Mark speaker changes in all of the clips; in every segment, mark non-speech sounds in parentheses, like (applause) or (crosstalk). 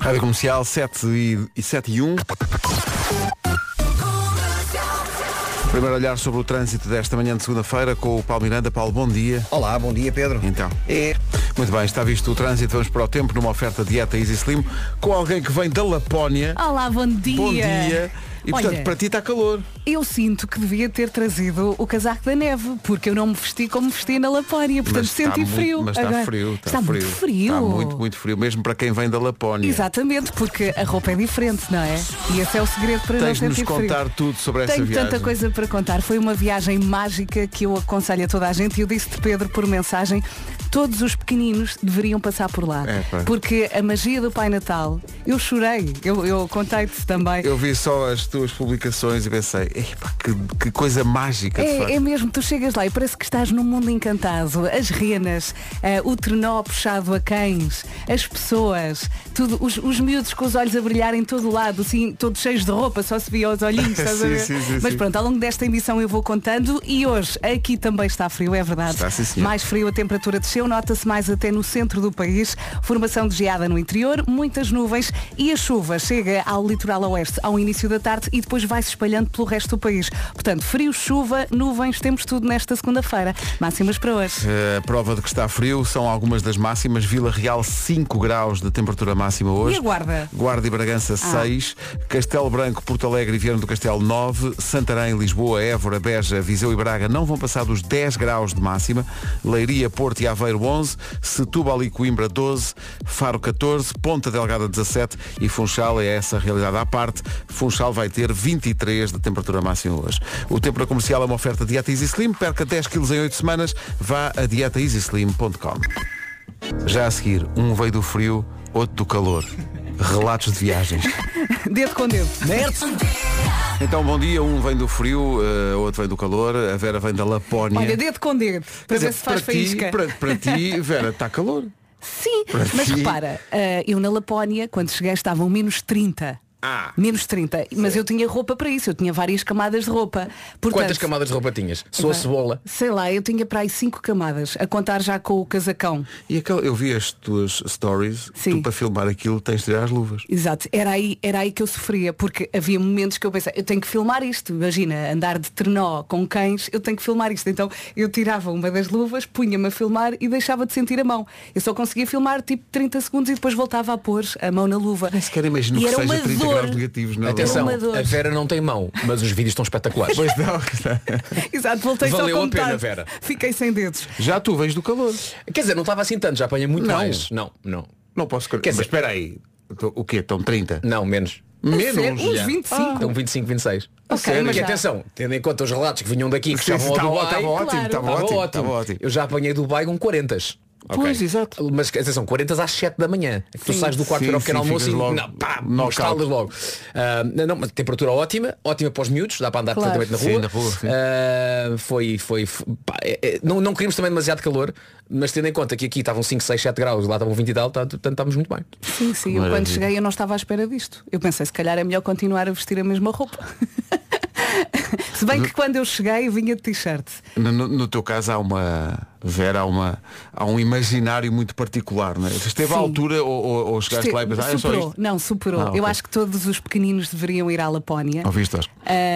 Speaker 1: Rádio Comercial 7 e, e 7 e 1. Primeiro olhar sobre o trânsito desta manhã de segunda-feira com o Paulo Miranda. Paulo, bom dia.
Speaker 2: Olá, bom dia Pedro.
Speaker 1: Então.
Speaker 2: É,
Speaker 1: Muito bem, está visto o trânsito, vamos para o tempo numa oferta dieta Easy Slim com alguém que vem da Lapónia.
Speaker 3: Olá, bom dia.
Speaker 1: Bom dia. E portanto,
Speaker 3: Olha,
Speaker 1: para ti está calor.
Speaker 3: eu sinto que devia ter trazido o casaco da neve, porque eu não me vesti como vesti na Lapónia, portanto
Speaker 1: mas
Speaker 3: senti
Speaker 1: está
Speaker 3: frio.
Speaker 1: Muito, mas
Speaker 3: Agora-
Speaker 1: está frio, está, frio.
Speaker 3: muito frio.
Speaker 1: Está muito, muito frio, mesmo para quem vem da Lapónia.
Speaker 3: Exatamente, porque a roupa é diferente, não é? E esse é o segredo para
Speaker 1: Tens de
Speaker 3: não
Speaker 1: nos
Speaker 3: sentir frio.
Speaker 1: contar tudo sobre essa
Speaker 3: Tenho
Speaker 1: viagem.
Speaker 3: tanta coisa para contar. Foi uma viagem mágica que eu aconselho a toda a gente. E eu disse-te, Pedro, por mensagem, todos os pequeninos deveriam passar por lá.
Speaker 1: É, pá.
Speaker 3: porque a magia do Pai Natal, eu chorei. Eu, eu contei-te também.
Speaker 1: Eu vi só as tuas publicações e pensei, "Epá, que, que coisa mágica de facto."
Speaker 3: É, é mesmo, tu chegas lá e parece que estás num mundo encantado. As renas, eh, o trenó puxado a cães, as pessoas, tudo, os, os miúdos com os olhos a brilhar em todo lado, assim, todos cheios de roupa, só se via
Speaker 1: (laughs)
Speaker 3: os olhinhos, estás a
Speaker 1: Sim,
Speaker 3: ver?
Speaker 1: sim, sim,
Speaker 3: Mas
Speaker 1: sim.
Speaker 3: pronto, ao longo desta emissão eu vou contando e hoje aqui também está frio, é verdade.
Speaker 1: Está, sim, senhor.
Speaker 3: mais frio, a temperatura desceu, nota-se mais até no centro do país, formação de geada no interior, muitas nuvens e a chuva chega ao litoral oeste ao início da tarde e depois vai se espalhando pelo resto do país. Portanto, frio, chuva, nuvens, temos tudo nesta segunda-feira. Máximas
Speaker 1: (laughs)
Speaker 3: para hoje.
Speaker 1: Eh, A prova de que está frio são algumas das máximas. Vila Real 5 graus de temperatura máxima hoje.
Speaker 3: E a Guarda?
Speaker 1: Guarda e Bragança 6, Castelo Branco, Porto Alegre e Viana do Castelo 9, Santarém, Lisboa, Évora, Beja, Viseu e Braga não vão passar dos 10 graus de máxima, Leiria, Porto e Aveiro 11, Setúbal e Coimbra 12, Faro 14, Ponta Delgada 17 e Funchal é essa a realidade à parte. Funchal vai ter 23 de temperatura máxima hoje. O tempo na comercial é uma oferta de Dieta Easy Slim, perca 10 quilos em 8 semanas, vá a dietaeasyslim.com. Já a seguir, um veio do frio, outro do calor. Relatos de viagens.
Speaker 3: Dedo com dedo.
Speaker 1: Então, bom dia. Um vem do frio, eh, outro vem do calor. A Vera vem da Lapónia.
Speaker 3: Olha, dedo com dedo,
Speaker 1: Quer
Speaker 3: para
Speaker 1: dizer,
Speaker 3: ver se faz
Speaker 1: para ti,
Speaker 3: faísca.
Speaker 1: Para, para ti, Vera, está calor.
Speaker 3: Sim,
Speaker 1: Para
Speaker 3: mas
Speaker 1: ti.
Speaker 3: repara, eh, eu na Lapónia, quando cheguei, estavam menos 30.
Speaker 4: Ah.
Speaker 3: Menos 30. Mas eu tinha roupa para isso, eu tinha várias camadas de roupa. Portanto,
Speaker 4: Quantas camadas de roupa tinhas? Sou a
Speaker 3: Epá,
Speaker 4: cebola.
Speaker 3: Sei lá, eu tinha para aí 5 camadas, a contar já com o casacão.
Speaker 1: E aquela, eu vi as tuas stories.
Speaker 3: Sim.
Speaker 1: Tu, para filmar aquilo, tens de tirar as luvas.
Speaker 3: Exato, era aí, era aí que eu sofria, porque havia momentos que eu pensei, eu tenho que filmar isto, imagina, andar de trenó com cães, eu tenho que filmar isto. Então eu tirava uma das luvas, punha-me a filmar e deixava de sentir a mão. Eu só conseguia filmar tipo 30 sequer e depois voltava a pôr a mão na luva.
Speaker 1: Nem sequer imagino
Speaker 3: E
Speaker 1: que
Speaker 3: era
Speaker 1: seja
Speaker 3: uma
Speaker 1: 30
Speaker 3: dor.
Speaker 1: graus negativos. Não,
Speaker 4: Atenção,
Speaker 3: uma dor.
Speaker 4: a Vera não tem mão, mas os vídeos estão espetaculares.
Speaker 1: Pois não.
Speaker 3: (laughs)
Speaker 1: (laughs)
Speaker 3: Exato, voltei
Speaker 4: Valeu
Speaker 3: só
Speaker 4: a
Speaker 3: com
Speaker 4: pena,
Speaker 3: metade.
Speaker 4: Vera.
Speaker 3: Fiquei sem dedos.
Speaker 1: Já tu vens do calor.
Speaker 4: Quer dizer, não estava assim tanto, já apanhei muito
Speaker 1: Não.
Speaker 4: mais. Não, não.
Speaker 1: Não posso crer.
Speaker 4: Quer
Speaker 1: Mas
Speaker 4: dizer-
Speaker 1: espera aí. Tô- O quê? Estão 30?
Speaker 4: Não, menos.
Speaker 3: sério?
Speaker 1: Menos?
Speaker 3: Uns
Speaker 4: Já.
Speaker 3: 25.
Speaker 4: Então 25, 26.
Speaker 3: Ok, sério? mas
Speaker 4: mas
Speaker 3: já.
Speaker 4: atenção, tendo em conta os relatos que vinham daqui, que
Speaker 1: Sim,
Speaker 4: estavam
Speaker 1: estava-
Speaker 4: ao Dubai,
Speaker 1: estava ótimo,
Speaker 3: claro.
Speaker 1: estava
Speaker 4: estava
Speaker 1: ótimo, estava ótimo.
Speaker 4: Eu já apanhei Dubai com 40.
Speaker 1: Pois, exato.
Speaker 4: Mas atenção, 40 às 7 da manhã. É que tu
Speaker 3: Sim.
Speaker 4: sais do quarto
Speaker 1: Sim,
Speaker 4: para o pequeno
Speaker 1: sim,
Speaker 4: almoço e
Speaker 1: ficas logo
Speaker 4: não, pá,
Speaker 1: knockout.
Speaker 4: estalas logo. Ah, não, mas temperatura ótima, ótima para os miúdos, dá para andar
Speaker 3: Claro.
Speaker 4: perfeitamente na
Speaker 1: Sim,
Speaker 4: rua.
Speaker 1: na rua, sim.
Speaker 4: Ah, foi, foi, f- pá, é- é- não, não queríamos também demasiado calor, mas tendo em conta que aqui estavam 5, 6, 7 graus, lá estavam 20 e tal, tá- portanto estávamos muito bem.
Speaker 3: Sim, sim, eu quando
Speaker 1: Maravilha.
Speaker 3: cheguei eu não estava à espera disto. Eu pensei, se calhar é melhor continuar a vestir a mesma roupa. (laughs) se bem que quando eu cheguei vinha de t-shirt.
Speaker 1: No, no- no teu caso há uma Vera, há, uma, há um imaginário muito particular, não é? Esteve à
Speaker 3: Sim.
Speaker 1: altura ou, ou, ou chegaste
Speaker 3: Este-
Speaker 1: lá e pensaste, ah, é só
Speaker 3: superou,
Speaker 1: isto.
Speaker 3: não, superou.
Speaker 1: Ah, ok.
Speaker 3: Eu acho que todos os pequeninos deveriam ir à Lapónia. Ah,
Speaker 1: Ouviste,
Speaker 3: (laughs)
Speaker 1: Oscar? (laughs)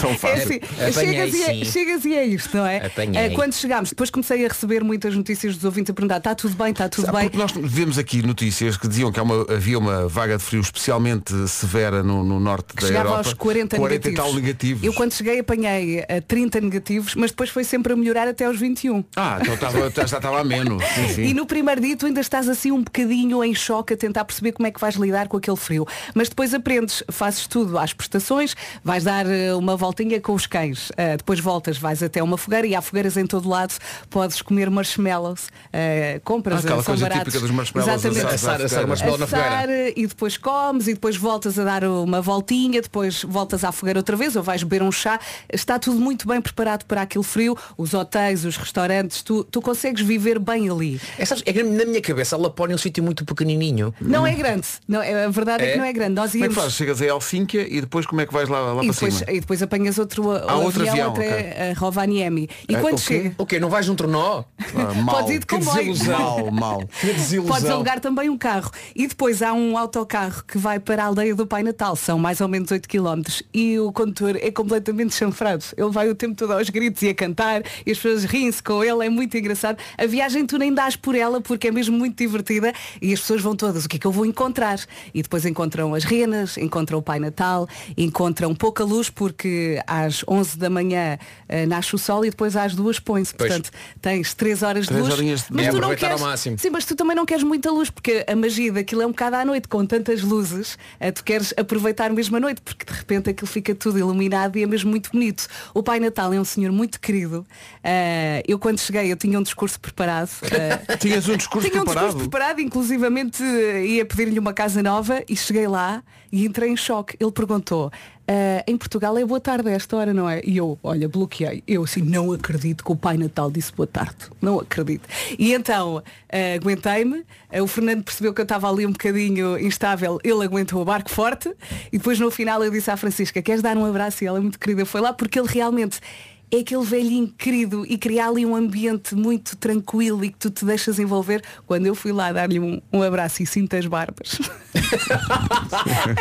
Speaker 1: Tão
Speaker 3: É
Speaker 1: fácil.
Speaker 3: assim,
Speaker 4: Apanhei,
Speaker 3: chegas, e é,
Speaker 4: sim.
Speaker 3: chegas e é isto, não é?
Speaker 4: Apanhei.
Speaker 3: Eh, Quando chegámos, depois comecei a receber muitas notícias dos ouvintes a perguntar, está tudo bem, está tudo
Speaker 1: Ah,
Speaker 3: bem.
Speaker 1: Porque nós vemos aqui notícias que diziam que há uma- havia uma vaga de frio especialmente severa no, no norte
Speaker 3: que
Speaker 1: da
Speaker 3: chegava
Speaker 1: Europa.
Speaker 3: aos 40,
Speaker 1: e
Speaker 3: negativos.
Speaker 1: tal negativos.
Speaker 3: Eu quando cheguei apanhei a 30 negativos, mas depois foi sempre a melhorar até aos 21.
Speaker 1: Ah, então
Speaker 3: (laughs)
Speaker 1: estava- já estava ameno. Sim, sim.
Speaker 3: E no primeiro dia tu ainda estás assim um bocadinho em choque a tentar perceber como é que vais lidar com aquele frio. Mas depois aprendes, fazes tudo às prestações, vais dar eh, uma voltinha com os cães, eh, depois voltas, vais até uma fogueira e há fogueiras em todo lado, podes comer marshmallows, eh, compras,
Speaker 1: Ah, aquela
Speaker 3: eh, são
Speaker 1: coisa
Speaker 3: baratos.
Speaker 1: típica dos marshmallows
Speaker 3: Exatamente.
Speaker 1: assados à
Speaker 4: Assar- assar
Speaker 1: fogueira.
Speaker 4: marshmallows. Bola na
Speaker 3: assar e depois comes e depois voltas a dar uma voltinha, depois voltas à fogueira outra vez ou vais beber um chá. Está tudo muito bem preparado para aquele frio, os hotéis, os restaurantes, tu, tu consegues viver bem ali.
Speaker 4: É, sabes, é que na minha cabeça a Lapónia é um sítio muito pequenininho.
Speaker 3: Não é grande, não, é- a verdade é?
Speaker 4: É?
Speaker 3: que não é grande. Nós
Speaker 1: Como é que
Speaker 3: íamos
Speaker 1: fazes? Chegas a Helsínquia e depois como é que vais lá, lá
Speaker 3: e
Speaker 1: para
Speaker 3: depois, (laughs)
Speaker 1: cima?
Speaker 3: e depois apanhas outro, a-
Speaker 1: Ah,
Speaker 3: o
Speaker 1: outro avião,
Speaker 3: até
Speaker 1: ok.
Speaker 3: a Rovaniemi. E
Speaker 1: Ah,
Speaker 3: quando
Speaker 1: ok.
Speaker 3: chega,
Speaker 4: Ok, não vais num tronó?
Speaker 1: Ah, mal.
Speaker 3: Podes ir de
Speaker 1: Que
Speaker 3: comboio.
Speaker 1: desilusão. Mal,
Speaker 3: (laughs)
Speaker 1: mal.
Speaker 4: Que desilusão.
Speaker 3: podes alugar também um carro. E depois há um autocarro que vai para a aldeia do Pai Natal, são mais ou menos 8 km. E o condutor é completamente chanfrado. Ele vai o tempo todo aos gritos e a cantar, e as pessoas riem-se com ele, é muito engraçado. A viagem tu nem dás por ela porque é mesmo muito divertida e as pessoas vão todas, o que é que eu vou encontrar? E depois encontram as renas, encontram o Pai Natal, encontram pouca luz porque às 11 da manhã eh, nasce o sol e depois às 2 põe-se.
Speaker 4: Pois.
Speaker 3: Portanto, tens 3 horas de
Speaker 1: Três
Speaker 3: luz.
Speaker 1: horinhas de-
Speaker 4: É
Speaker 3: tu não
Speaker 4: aproveitar ao
Speaker 3: queres,
Speaker 4: máximo.
Speaker 3: Sim, mas tu também não queres muita luz, porque a magia daquilo é um bocado à noite, com tantas luzes, eh, tu queres aproveitar mesmo a noite, porque de repente aquilo fica tudo iluminado e é mesmo muito bonito. O Pai Natal é um senhor muito querido. Eh, eu quando cheguei eu tinha um discurso
Speaker 1: (laughs)
Speaker 3: preparado. eh,
Speaker 1: Tinhas um discurso
Speaker 3: tinha um
Speaker 1: preparado?
Speaker 3: discurso preparado, inclusivamente eh, ia pedir-lhe uma casa nova e cheguei lá e entrei em choque. Ele perguntou, "Ah, em Portugal é boa tarde a esta hora, não é? E eu, olha, bloqueei. Eu assim, não acredito que o Pai Natal disse boa tarde. Não acredito. E então, eh, aguentei-me. Eh, o Fernando percebeu que eu estava ali um bocadinho instável. Ele aguentou o barco forte. E depois no final eu disse à Francisca, queres dar um abraço? E ela, muito querida, foi lá porque ele realmente é aquele velhinho querido e criar ali um ambiente muito tranquilo e que tu te deixas envolver. Quando eu fui lá dar-lhe um, um abraço e sinto as barbas.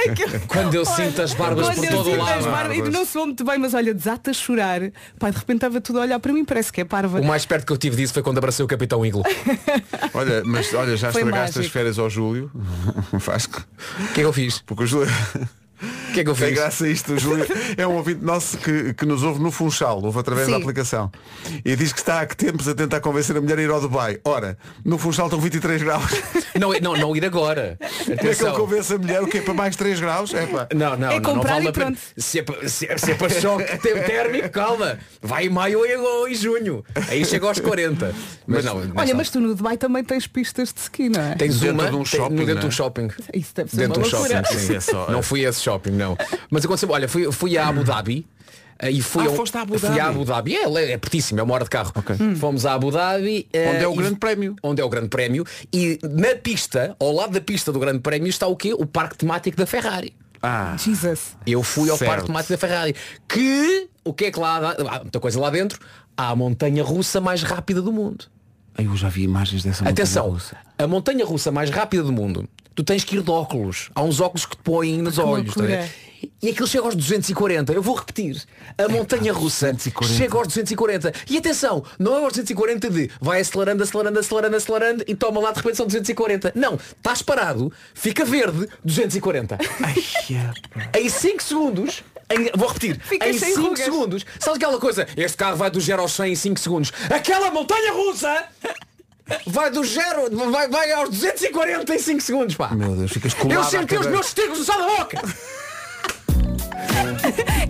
Speaker 3: Aquele-
Speaker 4: Quando eu sinto as barbas
Speaker 3: Quando
Speaker 4: por
Speaker 3: eu
Speaker 4: todo o
Speaker 3: sinto as
Speaker 4: lado.
Speaker 3: barbas, e não sou muito bem, mas olha, desata a chorar. Pai, de repente estava tudo a olhar para mim, parece que é parva.
Speaker 4: O mais perto que eu tive disso foi quando abracei o Capitão
Speaker 3: (laughs)
Speaker 4: Iglo. O
Speaker 1: Olha, mas olha, já
Speaker 3: Foi
Speaker 1: estragaste as
Speaker 3: mágico.
Speaker 1: férias ao Júlio. (laughs) Vasco.
Speaker 4: que é que eu fiz?
Speaker 1: Porque o (laughs) Júlio.
Speaker 4: O que é que eu
Speaker 1: Tem
Speaker 4: fiz?
Speaker 1: graça isto, o Júlio é um ouvinte nosso que, que nos ouve no Funchal, ouve através
Speaker 3: Sim.
Speaker 1: da aplicação. E diz que está há que tempos a tentar convencer a mulher a ir ao Dubai. Ora, no Funchal estão 23 (laughs) graus.
Speaker 4: Não, não, não ir agora.
Speaker 1: Como é que ele
Speaker 4: Atenção.
Speaker 1: convence a mulher? O quê? Para mais 3 graus? É pá.
Speaker 4: Não, não,
Speaker 3: É
Speaker 4: não, não,
Speaker 3: comprar
Speaker 4: vale
Speaker 3: e
Speaker 4: a pena.
Speaker 3: pronto.
Speaker 4: Se é, pa- se, é, se é para choque tem- térmico, calma. Vai em maio ou em- ou em junho. Aí chega aos 40. Mas, não, não
Speaker 3: Olha,
Speaker 4: sabe.
Speaker 3: mas tu no Dubai também tens pistas de ski, não é?
Speaker 4: Tens
Speaker 1: Dentro
Speaker 4: uma
Speaker 1: de um
Speaker 4: tem-
Speaker 1: shopping,
Speaker 4: no dentro de
Speaker 1: né?
Speaker 4: um shopping.
Speaker 3: Isso deve ser
Speaker 4: Dentro de um
Speaker 3: uma loucura.
Speaker 4: shopping,
Speaker 1: Isso
Speaker 4: sim.
Speaker 1: é (laughs) só-
Speaker 4: Não fui a esse shopping, não. Mas aconteceu, olha, fui, fui a Abu Dhabi. eh, E fui
Speaker 1: Ah,
Speaker 4: a um-
Speaker 1: foste a Abu
Speaker 4: Fui
Speaker 1: Dhabi?
Speaker 4: a Abu Dhabi. É, é, é pertíssimo, é uma hora de carro. Fomos a Abu Dhabi. eh,
Speaker 1: Onde é o
Speaker 4: e-
Speaker 1: Grande Prémio.
Speaker 4: Onde é o Grande Prémio. E na pista, ao lado da pista do Grande Prémio, está o quê? O parque temático da Ferrari.
Speaker 1: Ah,
Speaker 3: Jesus.
Speaker 4: Eu fui ao
Speaker 1: Certo.
Speaker 4: Parque Temático da Ferrari. Que, o que é que lá dá? Há muita coisa lá dentro. Há a montanha russa mais rápida do mundo.
Speaker 1: eu já vi imagens dessa
Speaker 4: Atenção, a montanha russa mais rápida do mundo. Tu tens que ir de óculos. Há uns óculos que te põem nos olhos. tá a ver?
Speaker 3: loucura.
Speaker 4: e aquilo chega aos 240. Eu vou repetir. A montanha russa
Speaker 1: 240.
Speaker 4: chega aos 240. E atenção, não é aos 240 de vai acelerando, acelerando, acelerando, acelerando e toma lá de repente são 240. Não, estás parado, fica verde, 240.
Speaker 1: é,
Speaker 4: Em 5 segundos, em- vou repetir,
Speaker 3: Fiquei
Speaker 4: em
Speaker 3: sem
Speaker 4: 5
Speaker 3: rugas.
Speaker 4: segundos, sabes aquela coisa? Este carro vai do 0 aos 100 em 5 segundos. Aquela montanha russa vai do 0, vai, vai aos 240 em 5 segundos, pá.
Speaker 1: Meu Deus, ficas colado
Speaker 4: Eu
Speaker 1: à
Speaker 4: senti os
Speaker 1: cadeira.
Speaker 4: meus testículos só da boca.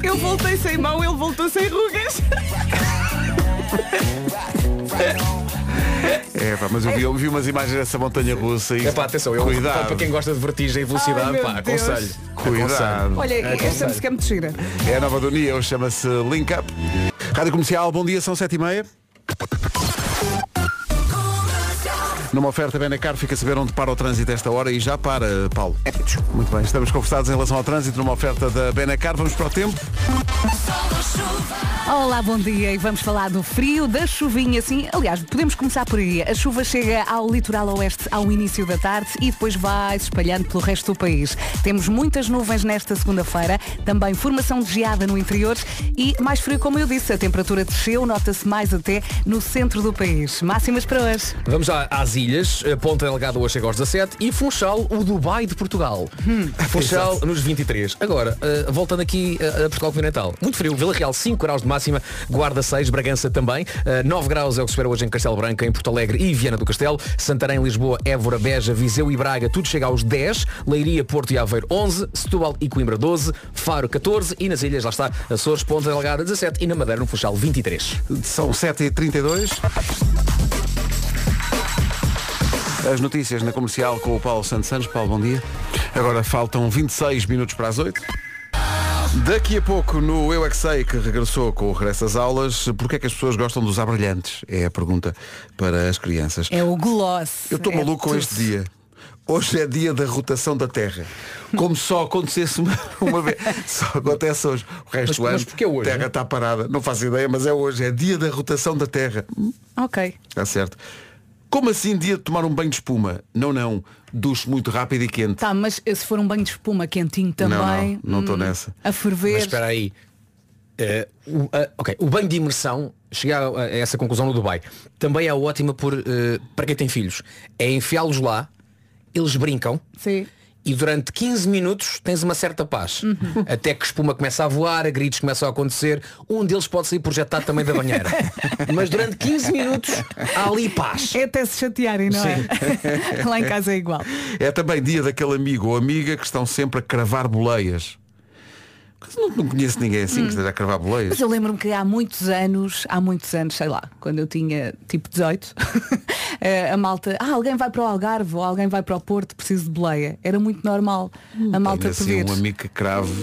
Speaker 3: Eu voltei sem mão, ele voltou sem rugas.
Speaker 1: É pá, mas eu vi, eu vi umas imagens dessa montanha russa e.
Speaker 4: É pá, atenção, eu
Speaker 1: Cuidado.
Speaker 4: para quem gosta de vertigem e velocidade,
Speaker 3: Ai, meu
Speaker 4: pá,
Speaker 3: Deus.
Speaker 4: aconselho.
Speaker 1: Cuidado.
Speaker 3: Olha, esta música é muito gira.
Speaker 1: É a nova do Neo, chama-se Link Up. Rádio Comercial, bom dia, são 7 e meia. Numa oferta Benacar, fica a saber onde para o trânsito esta hora e já para, Paulo. Muito bem, estamos conversados em relação ao trânsito numa oferta da Benacar. Vamos para o tempo.
Speaker 3: Olá, bom dia e vamos falar do frio, da chuvinha, sim. Aliás, podemos começar por aí. A chuva chega ao litoral oeste ao início da tarde e depois vai se espalhando pelo resto do país. Temos muitas nuvens nesta segunda-feira, também formação de geada no interior e mais frio, como eu disse, a temperatura desceu, nota-se mais até no centro do país. Máximas para hoje.
Speaker 4: Vamos já às ilhas. Eh, Ponta Delgada hoje chega aos 17 e Funchal, o Dubai de Portugal. Funchal nos 23. Agora, eh, voltando aqui eh, a Portugal Continental. Muito frio. Vila Real 5 graus de máxima, Guarda 6, Bragança também. Eh, 9 graus é o que se espera hoje em Castelo Branco, em Porto Alegre e Viana do Castelo. Santarém, Lisboa, Évora, Beja, Viseu e Braga, tudo chega aos 10. Leiria, Porto e Aveiro 11, Setúbal e Coimbra 12, Faro 14 e nas ilhas, lá está, Açores, Ponta Delgada 17 e na Madeira, no Funchal 23.
Speaker 1: São 7h32. As notícias na comercial com o Paulo Santos Santos. Paulo, bom dia. Agora faltam 26 minutos para as 8. Daqui a pouco no Eu é que Sei, que regressou com o regresso às aulas, porque é que as pessoas gostam de usar brilhantes? É a pergunta para as crianças.
Speaker 3: É o gloss.
Speaker 1: Eu estou
Speaker 3: É
Speaker 1: maluco com
Speaker 3: tudo.
Speaker 1: este dia. Hoje é dia da rotação da Terra. Como só acontecesse uma, (laughs) uma vez. Só acontece hoje. O resto
Speaker 4: Mas-
Speaker 1: do
Speaker 4: mas
Speaker 1: ano
Speaker 4: porquê hoje, é?
Speaker 1: a Terra
Speaker 4: hein?
Speaker 1: está parada. Não faço ideia, mas é hoje. É dia da rotação da Terra. Hum,
Speaker 3: Ok.
Speaker 1: Está certo. Como assim dia de tomar um banho de espuma? Não, não. Duche muito rápido e quente.
Speaker 3: Tá, mas se for um banho de espuma quentinho também. hum,
Speaker 1: não, não estou nessa.
Speaker 3: A
Speaker 4: Mas
Speaker 3: ferver.
Speaker 4: espera aí. Eh, o, ah, ok, o banho de imersão, cheguei a, a essa conclusão no Dubai, também é ótima por, eh, para quem tem filhos. É enfiá-los lá, eles brincam
Speaker 3: Sim.
Speaker 4: e durante 15 minutos tens uma certa paz. Até que espuma começa a voar, gritos começam a acontecer, um deles pode sair projetado também da (laughs) banheira. Mas durante 15 minutos há ali paz.
Speaker 3: É até se chatearem, não é? (laughs) Lá em casa é igual.
Speaker 1: É também dia daquele amigo ou amiga que estão sempre a cravar boleias. Não, não conheço ninguém assim que esteja a cravar boleias.
Speaker 3: Hum. Mas eu lembro-me que há muitos anos, há muitos anos, sei lá, quando eu tinha tipo 18, (laughs) eh, a malta, ah, alguém vai para o Algarve ou alguém vai para o Porto, preciso de boleia. Era muito normal a malta
Speaker 1: Tenho assim
Speaker 3: pedir.
Speaker 1: um amigo que crave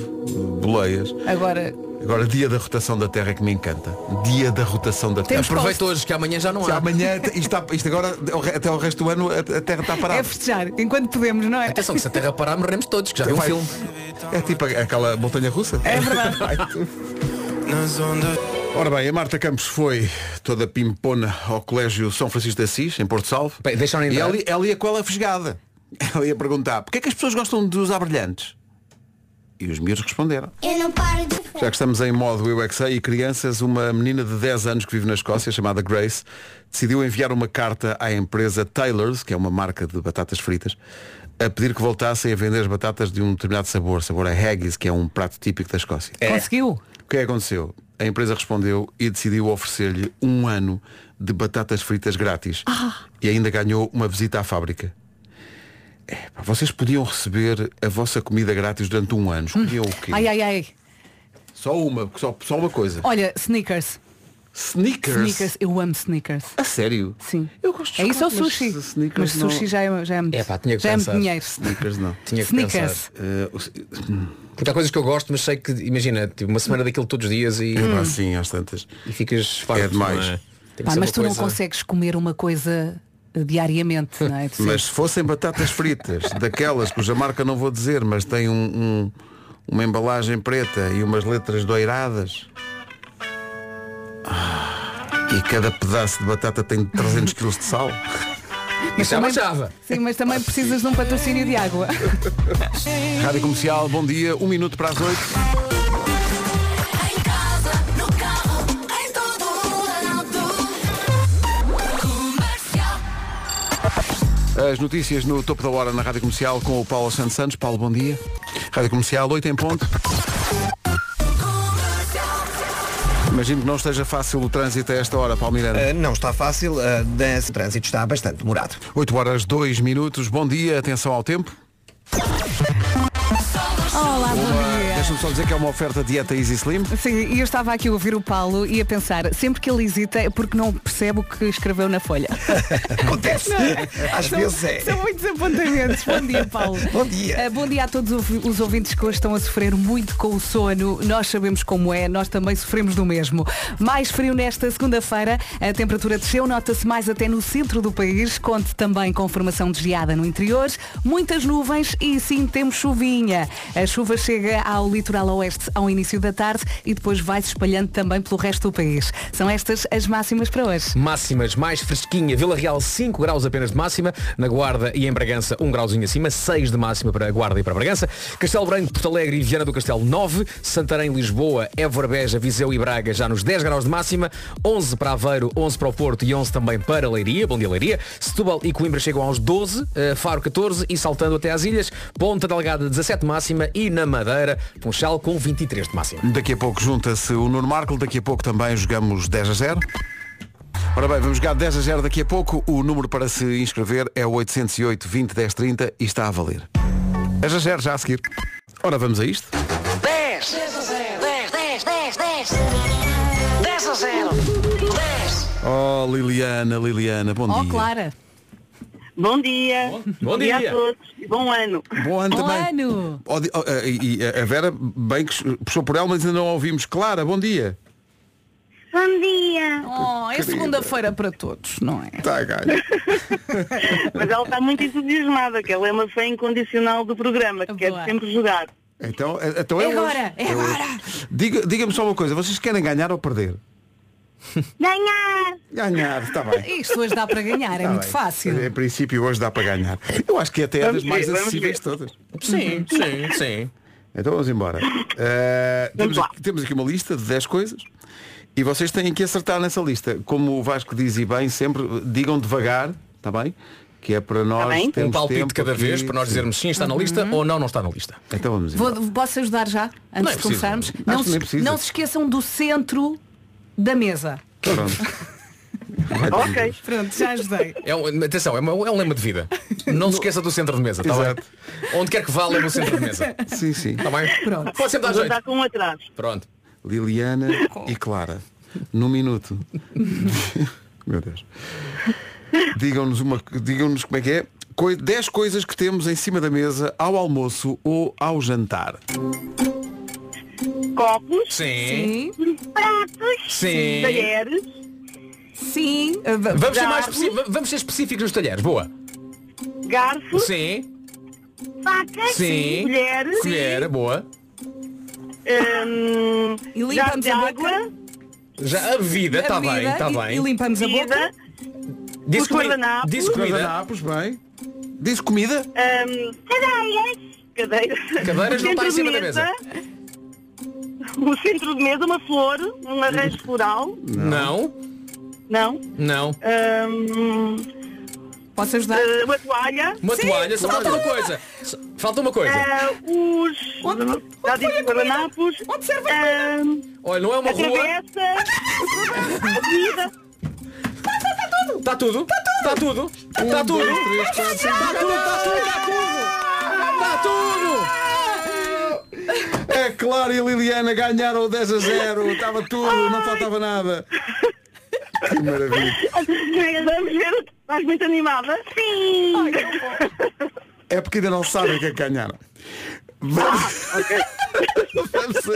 Speaker 1: boleias.
Speaker 3: Agora,
Speaker 1: Agora, dia da rotação da Terra é que me encanta. Dia da rotação da Terra.
Speaker 3: Temos
Speaker 1: Aproveita
Speaker 4: Aproveita hoje que amanhã já não
Speaker 1: que
Speaker 4: há.
Speaker 1: amanhã, isto, está- isto agora, é até ao resto do ano, a, a Terra está parada.
Speaker 3: é festejar, enquanto podemos, não é?
Speaker 4: Atenção, que se a Terra parar morremos todos, que já é um
Speaker 1: Vai-
Speaker 4: filme.
Speaker 1: É tipo aquela montanha russa. É (laughs) verdade. Ora bem, a Marta Campos foi toda pimpona ao Colégio São Francisco de Assis, em Porto Salvo.
Speaker 4: Bem, é? deixaram
Speaker 1: E
Speaker 4: entrar.
Speaker 1: ela, ela ia com ela é fisgada. Ela ia perguntar, porquê é que as pessoas gostam de usar brilhantes? E os miúdos responderam.
Speaker 2: Eu não paro de
Speaker 1: Já que estamos em modo Eu é Que Sei e crianças, uma menina de 10 anos que vive na Escócia, chamada Grace, decidiu enviar uma carta à empresa Taylor's, que é uma marca de batatas fritas, a pedir que voltassem a vender as batatas de um determinado sabor, sabor a haggis, que é um prato típico da Escócia.
Speaker 3: Conseguiu?
Speaker 1: O que é que aconteceu? A empresa respondeu e decidiu oferecer-lhe um ano de batatas fritas grátis. E ainda ganhou uma visita à fábrica. É, pá, vocês podiam receber a vossa comida grátis durante um ano. Escolhiam o quê?
Speaker 3: Ai, ai, ai.
Speaker 1: Só uma, só, só uma coisa.
Speaker 3: Olha, sneakers.
Speaker 1: Sneakers.
Speaker 3: Oh, Sneakers, eu amo sneakers.
Speaker 1: A sério?
Speaker 3: Sim.
Speaker 1: Eu gosto de
Speaker 3: É isso ou
Speaker 1: chocolate,
Speaker 3: sushi?
Speaker 1: Mas sneakers
Speaker 3: Mas
Speaker 1: não.
Speaker 3: sushi já é, já é muito,
Speaker 4: É pá, tinha que
Speaker 3: já é muito
Speaker 4: pensar.
Speaker 3: dinheiro.
Speaker 1: Sneakers não.
Speaker 4: Tinha que
Speaker 3: Sneakers.
Speaker 4: pensar.
Speaker 1: Eh, o se-
Speaker 4: Porque há coisas que eu gosto, mas sei que, imagina, tipo, uma semana daquilo todos os dias e,
Speaker 5: Hum.
Speaker 1: Epá, ah,
Speaker 3: Hum.
Speaker 1: sim, às tantas.
Speaker 4: e ficas farto.
Speaker 1: É demais.
Speaker 4: não é? Tem que
Speaker 3: Pá,
Speaker 4: ser
Speaker 3: mas
Speaker 4: uma
Speaker 3: tu não
Speaker 4: coisa-
Speaker 3: consegues comer uma coisa eh, diariamente,
Speaker 4: (laughs)
Speaker 3: não é? Tu
Speaker 1: Mas se fossem batatas
Speaker 3: (laughs)
Speaker 1: fritas, daquelas cuja marca não vou dizer, mas tem um, um- uma embalagem preta e umas letras doiradas. Ah, E cada pedaço de batata tem 300 kg de
Speaker 3: (laughs)
Speaker 1: sal.
Speaker 4: Isso é uma chave.
Speaker 3: Sim, mas também precisas de um patrocínio
Speaker 4: (laughs)
Speaker 3: de água.
Speaker 1: Rádio Comercial, bom dia, um minuto para as oito.
Speaker 2: Em casa, no carro, em todo lado. Comercial.
Speaker 1: As notícias no topo da hora na Rádio Comercial com o Paulo Santos Santos. Paulo, bom dia. Rádio Comercial, 8 em ponto. Imagino que não esteja fácil o trânsito a esta hora, Paulo Miranda.
Speaker 5: Uh, não está fácil, uh, desse trânsito está bastante demorado.
Speaker 1: 8 horas, 2 minutos. Bom dia, atenção ao tempo.
Speaker 3: Olá, bom dia.
Speaker 1: Deixa-me só dizer que é uma oferta dieta Easy Slim.
Speaker 3: Sim, e eu estava aqui a ouvir o Paulo e a pensar, sempre que ele hesita é porque não percebe o que escreveu na folha.
Speaker 5: Acontece. Às
Speaker 3: São-
Speaker 5: vezes é.
Speaker 3: São muitos apontamentos. Bom dia, Paulo.
Speaker 5: (laughs) Bom dia.
Speaker 3: Ah, bom dia a todos ouvi- os ouvintes que hoje estão a sofrer muito com o sono. Nós sabemos como é, nós também sofremos do mesmo. Mais frio nesta segunda-feira, a temperatura desceu, nota-se mais até no centro do país. Conte também com formação de geada no interior, muitas nuvens e sim temos chuvinha. A chuva chega ao litoral oeste ao início da tarde e depois vai se espalhando também pelo resto do país. São estas as máximas para hoje.
Speaker 4: Máximas mais fresquinha. Vila Real 5 graus apenas de máxima. Na Guarda e em Bragança 1 grauzinho acima. 6 de máxima para a Guarda e para Bragança. Castelo Branco, Porto Alegre e Viana do Castelo 9. Santarém, Lisboa, Évora, Beja, Viseu e Braga já nos 10 graus de máxima. 11 para Aveiro, 11 para o Porto e 11 também para Leiria. Bom dia Leiria. Setúbal e Coimbra chegam aos 12. eh, Faro 14 e saltando até às ilhas. Ponta Delgada 17 de máxima e na Madeira, Funchal com 23 de máxima.
Speaker 1: Daqui a pouco junta-se o Nuno Marco, daqui a pouco também jogamos 10 a 0. Ora bem, vamos jogar 10 a 0 daqui a pouco. O número para se inscrever é o 808 20 10 30 e está a valer. 10 a 0 já a seguir. Ora, vamos a isto.
Speaker 6: 10 10 10 10 10 10 a 0 10
Speaker 1: Oh, Liliana, Liliana, bom
Speaker 3: Oh,
Speaker 1: dia.
Speaker 3: Clara.
Speaker 7: Bom dia. Bom,
Speaker 4: dia.
Speaker 7: a todos. e Bom ano.
Speaker 1: Bom ano
Speaker 3: Bom
Speaker 1: também.
Speaker 3: ano.
Speaker 1: Oh, di- oh, eh, e a a Vera, bem que puxou por ela, mas ainda não a ouvimos. Clara, bom dia.
Speaker 7: Ah, Bom dia.
Speaker 3: Oh, é segunda-feira para todos, não é?
Speaker 1: Tá, ganho.
Speaker 7: Mas ela está muito entusiasmada, que ela é uma fã incondicional do programa, que
Speaker 3: Boa.
Speaker 7: quer sempre jogar.
Speaker 1: Então, é- então é
Speaker 3: É
Speaker 1: hoje.
Speaker 3: agora, é
Speaker 1: hoje.
Speaker 3: agora.
Speaker 1: Diga- Diga-me só uma coisa, vocês querem ganhar ou perder?
Speaker 7: Ganhar!
Speaker 1: Ganhar, está bem.
Speaker 3: Isto hoje dá para ganhar, é
Speaker 1: Tá
Speaker 3: muito
Speaker 1: bem.
Speaker 3: fácil.
Speaker 1: Em princípio hoje dá para ganhar. Eu acho que até é das
Speaker 7: Vamos ver,
Speaker 1: mais
Speaker 7: vamos
Speaker 1: acessíveis
Speaker 7: ver.
Speaker 1: todas.
Speaker 4: Sim, sim, sim.
Speaker 1: Então vamos embora. Uh, temos,
Speaker 7: Vamos lá.
Speaker 1: aqui, temos aqui uma lista de 10 coisas e vocês têm que acertar nessa lista. Como o Vasco diz e bem, sempre digam devagar, está bem? Que é para nós.
Speaker 7: Tá bem.
Speaker 1: termos
Speaker 4: um palpite
Speaker 1: tempo
Speaker 4: cada
Speaker 1: aqui. Uhum.
Speaker 4: vez para nós dizermos sim, está na lista ou não, não está na lista.
Speaker 1: Então vamos embora.
Speaker 3: Vou, posso ajudar já, antes
Speaker 4: Não é
Speaker 3: de
Speaker 4: preciso.
Speaker 3: começarmos?
Speaker 1: Acho
Speaker 3: Não
Speaker 1: que nem
Speaker 3: se,
Speaker 1: precisa.
Speaker 3: não se esqueçam do centro da mesa.
Speaker 1: Pronto.
Speaker 7: Ok.
Speaker 3: Pronto, já ajudei.
Speaker 4: É um- atenção, é, uma- é um lema
Speaker 1: (laughs)
Speaker 4: de vida. Não se esqueça do centro de mesa, tá
Speaker 1: Exato.
Speaker 4: bem? Onde quer que vá, leva o centro de mesa.
Speaker 1: Sim, sim.
Speaker 4: Está bem?
Speaker 3: Pronto.
Speaker 4: Pode sempre dar
Speaker 7: Vou
Speaker 4: jeito.
Speaker 7: dar com um atraso.
Speaker 4: Pronto.
Speaker 1: Liliana e Clara. Num minuto. (laughs) Meu Deus. Digam-nos uma, digam-nos como é que é. 10 coisas que temos em cima da mesa ao almoço ou ao jantar.
Speaker 7: Copos,
Speaker 4: Sim.
Speaker 3: Sim,
Speaker 7: pratos,
Speaker 4: Sim.
Speaker 7: talheres,
Speaker 3: sim.
Speaker 4: Vamos ser, mais especi- va- vamos ser específicos nos talheres. Boa.
Speaker 7: garfos,
Speaker 4: Sim.
Speaker 7: facas,
Speaker 4: Sim.
Speaker 7: colheres,
Speaker 4: Colher. Boa.
Speaker 7: hum,
Speaker 3: E limpamos
Speaker 7: jarro de
Speaker 3: a boca.
Speaker 7: água,
Speaker 4: Já a vida, está tá bem,
Speaker 3: Comida
Speaker 4: está
Speaker 3: e-
Speaker 4: bem.
Speaker 3: E limpamos a boca.
Speaker 7: vida,
Speaker 4: Disse
Speaker 7: os
Speaker 4: comi-
Speaker 7: guardanapos.
Speaker 4: disse comida.
Speaker 1: Guardanapos, bem. Diz comida?
Speaker 7: hum, cadeiras, cadeiras,
Speaker 4: Cadeiras
Speaker 7: O
Speaker 4: não está em
Speaker 7: centro
Speaker 4: cima
Speaker 7: de
Speaker 4: da mesa.
Speaker 7: O centro de mesa, uma flor, um arranjo floral,
Speaker 4: Não.
Speaker 7: não,
Speaker 4: Não.
Speaker 7: hum,
Speaker 3: Posso ajudar?
Speaker 7: eh, uma toalha,
Speaker 4: Uma
Speaker 3: Sim,
Speaker 4: toalha. Só falta uma coisa. Só- Falta uma coisa.
Speaker 7: eh, os...
Speaker 3: Onde- onde
Speaker 7: já
Speaker 3: foi
Speaker 7: disse
Speaker 3: a comida?
Speaker 7: guardanapos,
Speaker 3: Onde serve a
Speaker 7: hum,
Speaker 4: Olha, não é uma rua.
Speaker 7: Atravessa a comida.
Speaker 4: Está Tá tudo? Está tudo? Um, Está tudo? Está tudo? Está tudo? Está tudo?
Speaker 1: É Clara e Liliana ganharam 10 a 0. Estava tudo, não faltava nada. Que maravilha.
Speaker 7: (laughs) Vamos ver, estás muito animada? Sim!
Speaker 1: É porque ainda não sabem quem ganharam. Vamos, vamos a isso.